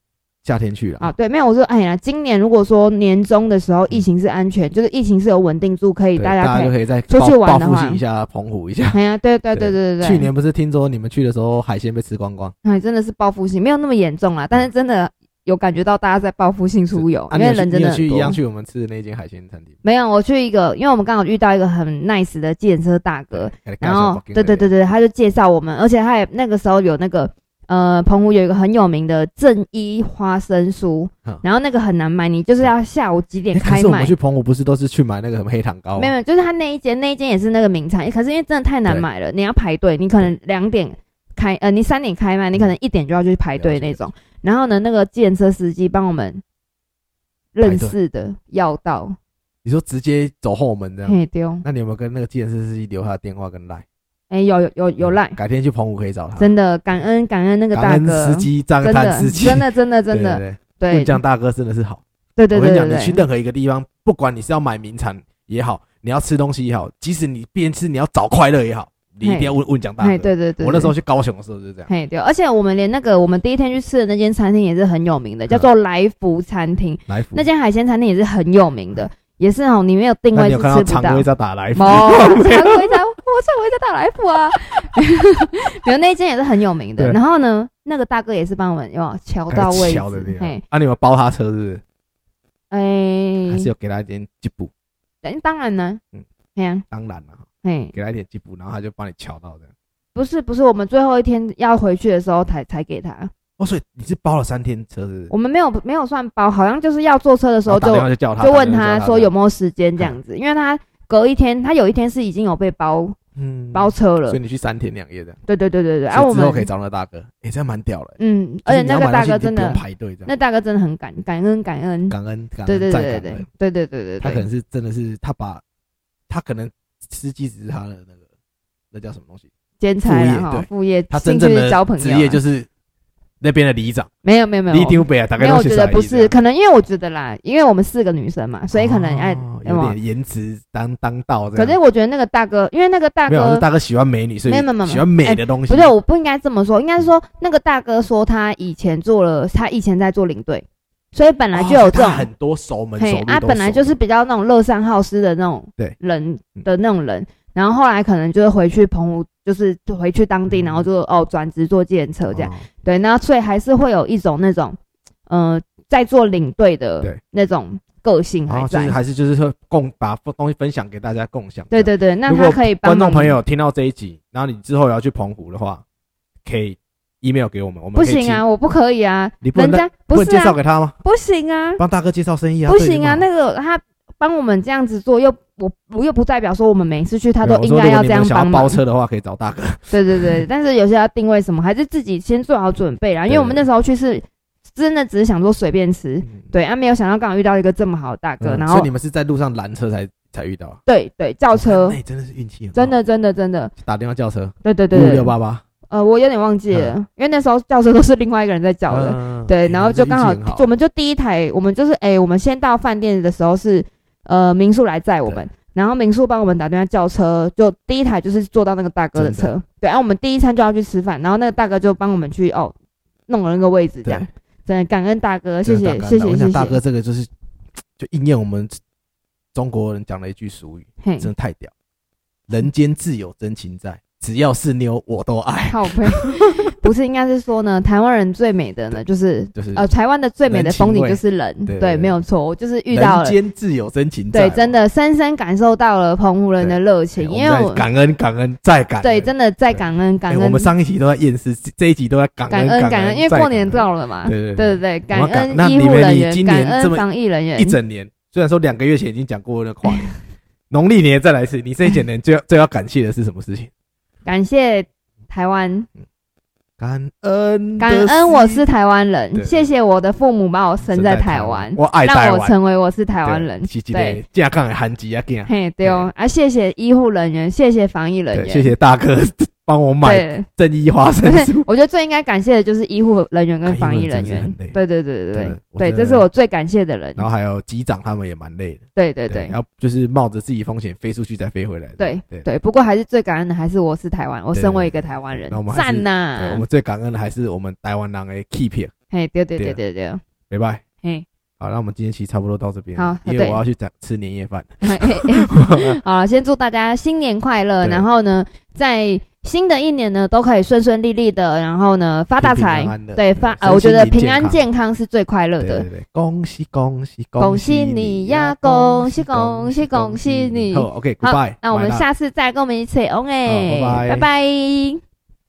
Speaker 1: 夏天去
Speaker 2: 啊，
Speaker 1: 了，
Speaker 2: 对，没有，我说，哎呀，今年如果说年中的时候疫情是安全，就是疫情是有稳定住，可以
Speaker 1: 嗯对
Speaker 2: 大
Speaker 1: 大
Speaker 2: 家可
Speaker 1: 就
Speaker 2: 以，
Speaker 1: 可以再
Speaker 2: 出
Speaker 1: 报
Speaker 2: 去玩
Speaker 1: 报
Speaker 2: 的
Speaker 1: 复
Speaker 2: 话
Speaker 1: 性一下澎湖一下。
Speaker 2: 哎呀，对对对对对对，
Speaker 1: 去年不是听说你们去的时候海鲜被吃光光？
Speaker 2: 哎，真的是报复性，没有那么严重啦，啊但是真的有感觉到大家在报复性出游，
Speaker 1: 啊，
Speaker 2: 因
Speaker 1: 你
Speaker 2: 为
Speaker 1: 有去
Speaker 2: 人真
Speaker 1: 你有
Speaker 2: 的很
Speaker 1: 去一
Speaker 2: 多
Speaker 1: 样去我们吃的那间海鲜餐厅吗。
Speaker 2: 没有，我去一个，因为我们刚好遇到一个很 nice 的计程车大哥，然后哦对对对对，他就介绍我们，而且他也那个时候有那个呃，澎湖有一个很有名的正一花生酥
Speaker 1: 嗯，
Speaker 2: 然后那个很难买，你就是要下午几点
Speaker 1: 欸可
Speaker 2: 开
Speaker 1: 是我们
Speaker 2: 卖
Speaker 1: 去。澎湖不是都是去买那个什么黑糖糕啊吗？
Speaker 2: 没有，就是他那一间，那一间也是那个名产，可是因为真的太难
Speaker 1: 对
Speaker 2: 买了，你要排队，你可能两点开，呃，你三点开卖，你可能一点就要去排
Speaker 1: 嗯
Speaker 2: 队
Speaker 1: 了解
Speaker 2: 那种。然后呢，那个计程车司机帮我们认识的要到，
Speaker 1: 你说直接走后门这样。
Speaker 2: 嘿丢，
Speaker 1: 那你有没有跟那个计程车司机留他的电话跟赖？
Speaker 2: 哎、有有有有赖，
Speaker 1: 改天去澎湖可以找他。
Speaker 2: 真的感恩感恩那个
Speaker 1: 嗯感
Speaker 2: 大
Speaker 1: 恩
Speaker 2: 哥
Speaker 1: 司，机，赞
Speaker 2: 真
Speaker 1: 叹
Speaker 2: 的
Speaker 1: 司机，
Speaker 2: 真的真的
Speaker 1: 对
Speaker 2: 真的，
Speaker 1: 对对，
Speaker 2: 对
Speaker 1: 问江大哥真的是好。
Speaker 2: 对对
Speaker 1: 我跟
Speaker 2: 对
Speaker 1: 你
Speaker 2: 对
Speaker 1: 讲，你去
Speaker 2: 对，
Speaker 1: 任何一个地方，不管你是要买名产也好，你要吃东西也好，即使你边吃你要找快乐也好，你一定要问问江大
Speaker 2: 哎
Speaker 1: 哥。
Speaker 2: 对对对，
Speaker 1: 我那时候去高雄的时候就是这样。
Speaker 2: 嘿对，而且我们连那个我们第一天去吃的那间餐厅也是很有
Speaker 1: 嗯
Speaker 2: 名的，叫做来福餐厅。
Speaker 1: 来福
Speaker 2: 那，间海鲜餐厅也是很有名的，也是哦，你没有定
Speaker 1: 那
Speaker 2: 位
Speaker 1: 你
Speaker 2: 是
Speaker 1: 有看到
Speaker 2: 吃不
Speaker 1: 常
Speaker 2: 到
Speaker 1: 规。在打来福？
Speaker 2: 某 常规餐，我常规在大来福啊， 没有那间也是很有名的。
Speaker 1: 对
Speaker 2: 然后呢，那个大哥也是帮我们有没有瞧 到位
Speaker 1: 敲的地
Speaker 2: 置，
Speaker 1: 方
Speaker 2: 嘿，。
Speaker 1: 啊，你们包他车是不是？还是
Speaker 2: 哎，
Speaker 1: 有给他一点吉补？
Speaker 2: 但当然呢
Speaker 1: 嗯，
Speaker 2: 嘿呀，
Speaker 1: 当然了，
Speaker 2: 嘿，
Speaker 1: 给他一点吉补，然后他就帮你敲到的。
Speaker 2: 不是不是，我们最后一天要回去的时候才才给他，
Speaker 1: 哦，所以你是包了三天车是不是？
Speaker 2: 我们没有没有算包，好像就是要坐车的时
Speaker 1: 然后打
Speaker 2: 候就
Speaker 1: 电话就叫他，
Speaker 2: 就问
Speaker 1: 打电话
Speaker 2: 他
Speaker 1: 叫
Speaker 2: 说有没有时间这样子，因为他隔一天，他有一天是已经有被包
Speaker 1: 嗯
Speaker 2: 包车了
Speaker 1: 所以，你去三天两夜的，
Speaker 2: 对对对对对，啊，
Speaker 1: 所以
Speaker 2: 我
Speaker 1: 之后可以
Speaker 2: 们
Speaker 1: 找那个大哥，哎，这样蛮屌了。
Speaker 2: 嗯，
Speaker 1: 就
Speaker 2: 而
Speaker 1: 是
Speaker 2: 且
Speaker 1: 你
Speaker 2: 那
Speaker 1: 要
Speaker 2: 个
Speaker 1: 买东
Speaker 2: 大
Speaker 1: 西
Speaker 2: 哥
Speaker 1: 你就
Speaker 2: 真
Speaker 1: 不用
Speaker 2: 的，
Speaker 1: 排队这
Speaker 2: 那
Speaker 1: 样，
Speaker 2: 大哥真的很感感恩感恩，
Speaker 1: 感恩感
Speaker 2: 对
Speaker 1: 恩
Speaker 2: 对
Speaker 1: 再
Speaker 2: 对对
Speaker 1: 感
Speaker 2: 对
Speaker 1: 恩。
Speaker 2: 对对对对
Speaker 1: 他可
Speaker 2: 对
Speaker 1: 能，是真的是他把，他可能司机只是他的那个那叫什么东西，
Speaker 2: 兼差
Speaker 1: 副业
Speaker 2: 了哈
Speaker 1: 对，
Speaker 2: 副业，
Speaker 1: 他
Speaker 2: 兴
Speaker 1: 真
Speaker 2: 趣
Speaker 1: 正
Speaker 2: 是交
Speaker 1: 的
Speaker 2: 朋友啊，
Speaker 1: 职业就是那边的里长，
Speaker 2: 没有没有没有
Speaker 1: 里长北啊，大概
Speaker 2: 没有，
Speaker 1: 都
Speaker 2: 我
Speaker 1: 是
Speaker 2: 觉
Speaker 1: 啥
Speaker 2: 得
Speaker 1: 里
Speaker 2: 不
Speaker 1: 这
Speaker 2: 是，
Speaker 1: 样，
Speaker 2: 可能因为我觉得啦，因为我们四个女生嘛，所以可能哎
Speaker 1: 哦，
Speaker 2: 有没
Speaker 1: 有
Speaker 2: 有
Speaker 1: 点颜值当当道这
Speaker 2: 可
Speaker 1: 样。
Speaker 2: 是我觉得那个大哥，因为那个大
Speaker 1: 没有，
Speaker 2: 哥
Speaker 1: 是大哥喜欢美女，所以
Speaker 2: 没有没有没有哎
Speaker 1: 喜欢美的东西。
Speaker 2: 不对，我不应该这么说，应该是说那个大哥说他以前做了，他以前在做领队，所以本来就有这
Speaker 1: 哦
Speaker 2: 种
Speaker 1: 他，很多熟门熟
Speaker 2: 嘿
Speaker 1: 路，
Speaker 2: 啊，
Speaker 1: 都
Speaker 2: 本来
Speaker 1: 熟
Speaker 2: 就是
Speaker 1: 的
Speaker 2: 比较那种乐善好施的那种
Speaker 1: 对嗯
Speaker 2: 人的那种人，然后后来可能就是回去澎湖，就是就回去当地，
Speaker 1: 嗯
Speaker 2: 然后就哦转职做计程车这样，
Speaker 1: 哦
Speaker 2: 对，那所以还是会有一种那种，呃，在做领队的
Speaker 1: 对
Speaker 2: 那种个性
Speaker 1: 然
Speaker 2: 还
Speaker 1: 后就
Speaker 2: 在。
Speaker 1: 是还是就是说共把东西分享给大家共享。
Speaker 2: 对对对，那
Speaker 1: 如果
Speaker 2: 他可以帮
Speaker 1: 观众
Speaker 2: 忙
Speaker 1: 朋友听到这一集，然后你之后也要去澎湖的话，可以 email 给我们，我们
Speaker 2: 不
Speaker 1: 可以
Speaker 2: 行啊，
Speaker 1: 请，
Speaker 2: 我不可以啊，
Speaker 1: 你不
Speaker 2: 人
Speaker 1: 能
Speaker 2: 家
Speaker 1: 不能
Speaker 2: 是
Speaker 1: 介绍
Speaker 2: 啊，
Speaker 1: 给他吗？
Speaker 2: 不行啊，
Speaker 1: 帮大哥介绍生意啊？
Speaker 2: 不
Speaker 1: 对
Speaker 2: 行啊，
Speaker 1: 你嘛
Speaker 2: 那个他帮我们这样子做，又我我又不代表说我们每次去他
Speaker 1: 没有
Speaker 2: 都
Speaker 1: 啊我
Speaker 2: 应
Speaker 1: 说
Speaker 2: 该
Speaker 1: 如果
Speaker 2: 要
Speaker 1: 你
Speaker 2: 这
Speaker 1: 们
Speaker 2: 样
Speaker 1: 想
Speaker 2: 帮
Speaker 1: 要包
Speaker 2: 忙。啊
Speaker 1: 车的话，可以找大哥。
Speaker 2: 对对对，但是有些要定位什么，还是自己先做好准备啦。因为我们那时候去是真的只是想说随便吃，
Speaker 1: 嗯
Speaker 2: 对啊，没有想到刚好遇到一个这么好的大哥，
Speaker 1: 嗯
Speaker 2: 然
Speaker 1: 所
Speaker 2: 后
Speaker 1: 以你们是在路上拦车才才遇到。
Speaker 2: 对对叫车
Speaker 1: 那，你真的是运气很好，哦
Speaker 2: 真的真的真的，
Speaker 1: 打电话叫车，
Speaker 2: 对对对
Speaker 1: 五
Speaker 2: 对
Speaker 1: 六，八八
Speaker 2: 呃，我有点忘记了，因为那时候叫车都是另外一个人在叫的，
Speaker 1: 嗯
Speaker 2: 对，
Speaker 1: 嗯
Speaker 2: 然后
Speaker 1: 真
Speaker 2: 就
Speaker 1: 的
Speaker 2: 刚
Speaker 1: 运气
Speaker 2: 好
Speaker 1: 很
Speaker 2: 我们就第一台，我们就是哎、我们先到饭店的时候是呃民宿来载我们，然后民宿帮我们打电话叫车，就第一台就是坐到那个大哥的
Speaker 1: 真
Speaker 2: 车，对，然、啊后我们第一餐就要去吃饭，然后那个大哥就帮我们去哦弄了那个位置这样
Speaker 1: 对，
Speaker 2: 真的感恩大哥，谢
Speaker 1: 真的
Speaker 2: 谢
Speaker 1: 大哥
Speaker 2: 谢
Speaker 1: 我
Speaker 2: 谢谢
Speaker 1: 想大哥
Speaker 2: 谢，
Speaker 1: 这个就是就应验我们中国人讲的一句俗语，
Speaker 2: 嘿
Speaker 1: 真，的太屌！人间自有真情在，只要是妞我都爱，
Speaker 2: 靠 背，不是应该是说呢，台湾人最美的呢就是。
Speaker 1: 就是
Speaker 2: 呃，台湾的最美的
Speaker 1: 人情
Speaker 2: 风景
Speaker 1: 味
Speaker 2: 就是人，
Speaker 1: 对对
Speaker 2: 对，
Speaker 1: 对
Speaker 2: 没有错，我就是遇到
Speaker 1: 人
Speaker 2: 了，
Speaker 1: 间自有真情在
Speaker 2: 对，
Speaker 1: 嘛，
Speaker 2: 真的深深感受到了澎湖人的热情，
Speaker 1: 我
Speaker 2: 因
Speaker 1: 们
Speaker 2: 为
Speaker 1: 在
Speaker 2: 我
Speaker 1: 感恩感恩再感恩，
Speaker 2: 对，真的在
Speaker 1: 对
Speaker 2: 感恩感
Speaker 1: 哎我
Speaker 2: 恩
Speaker 1: 们上一集都在厌世，这这一集都在感
Speaker 2: 感
Speaker 1: 恩
Speaker 2: 感
Speaker 1: 恩，
Speaker 2: 因为
Speaker 1: 再
Speaker 2: 过年
Speaker 1: 感恩
Speaker 2: 到了嘛，
Speaker 1: 对对
Speaker 2: 对对对，感
Speaker 1: 我们感那
Speaker 2: 恩医
Speaker 1: 你
Speaker 2: 护
Speaker 1: 们
Speaker 2: 人
Speaker 1: 你
Speaker 2: 员，
Speaker 1: 今
Speaker 2: 感
Speaker 1: 年这
Speaker 2: 恩
Speaker 1: 么
Speaker 2: 防疫人员
Speaker 1: 一，整年，虽然说两个月前已经讲过了跨年， 农历年再来一次，你这一整年最要最要感谢的是什么事情？
Speaker 2: 感谢台湾，
Speaker 1: 感恩的
Speaker 2: 感
Speaker 1: 心，
Speaker 2: 恩我是台湾
Speaker 1: 对
Speaker 2: 人，谢谢我的父母把我生在台湾，
Speaker 1: 我爱台
Speaker 2: 让我
Speaker 1: 湾，
Speaker 2: 成为我是台湾人
Speaker 1: 对，是一个
Speaker 2: 对
Speaker 1: 健康的韩籍啊， 健康。
Speaker 2: 嘿，对哦，啊，谢谢医护人员，谢谢防疫人
Speaker 1: 对，
Speaker 2: 员，
Speaker 1: 谢谢大哥帮我买
Speaker 2: 对，
Speaker 1: 正义花生
Speaker 2: 不是
Speaker 1: 酥，，
Speaker 2: 我觉得最应该感谢的就是医护人员跟防疫人
Speaker 1: 哎医护人
Speaker 2: 员
Speaker 1: 员真的很累，
Speaker 2: 对对对
Speaker 1: 真
Speaker 2: 对对
Speaker 1: 的我
Speaker 2: 对，
Speaker 1: 真的
Speaker 2: 这是我最感谢的人，
Speaker 1: 然后还有机长他们也蛮累的，
Speaker 2: 对对对
Speaker 1: 然。后就是冒着自己风险飞出去再飞回来的。
Speaker 2: 对
Speaker 1: 对
Speaker 2: 对，不过还是最感恩的还是我是台湾，我
Speaker 1: 对
Speaker 2: 身为一个台湾人
Speaker 1: 那我们，还是
Speaker 2: 赞
Speaker 1: 对，
Speaker 2: 呐
Speaker 1: 我！们最感恩的还是我们台湾人的 keep it，
Speaker 2: 嘿，对对
Speaker 1: 对
Speaker 2: 对
Speaker 1: 啊拜
Speaker 2: 对对，
Speaker 1: 拜。
Speaker 2: 嘿，
Speaker 1: 好，那我们今天其实差不多到这边，
Speaker 2: 好
Speaker 1: 因为
Speaker 2: 对
Speaker 1: 我要去讲吃年夜 饭。
Speaker 2: 嘿嘿嘿好了，先祝大家新年快乐，
Speaker 1: 对
Speaker 2: 然后呢，在新的一年呢都可以顺顺利利的，然后呢发啊大
Speaker 1: 平平安
Speaker 2: 财
Speaker 1: 安的，
Speaker 2: 对
Speaker 1: 对
Speaker 2: 发
Speaker 1: 身
Speaker 2: 呃，我觉
Speaker 1: 心
Speaker 2: 得
Speaker 1: 灵
Speaker 2: 平
Speaker 1: 健
Speaker 2: 安
Speaker 1: 康
Speaker 2: 健康是最快乐
Speaker 1: 对
Speaker 2: 的
Speaker 1: 对。对，恭喜恭喜
Speaker 2: 恭
Speaker 1: 喜
Speaker 2: 喜
Speaker 1: 你
Speaker 2: 你呀！恭喜恭喜恭喜你！
Speaker 1: 好，OK，Goodbye，
Speaker 2: 那我们
Speaker 1: 晚安
Speaker 2: 下次再跟我们一起 on 哎，
Speaker 1: 好拜拜
Speaker 2: 拜拜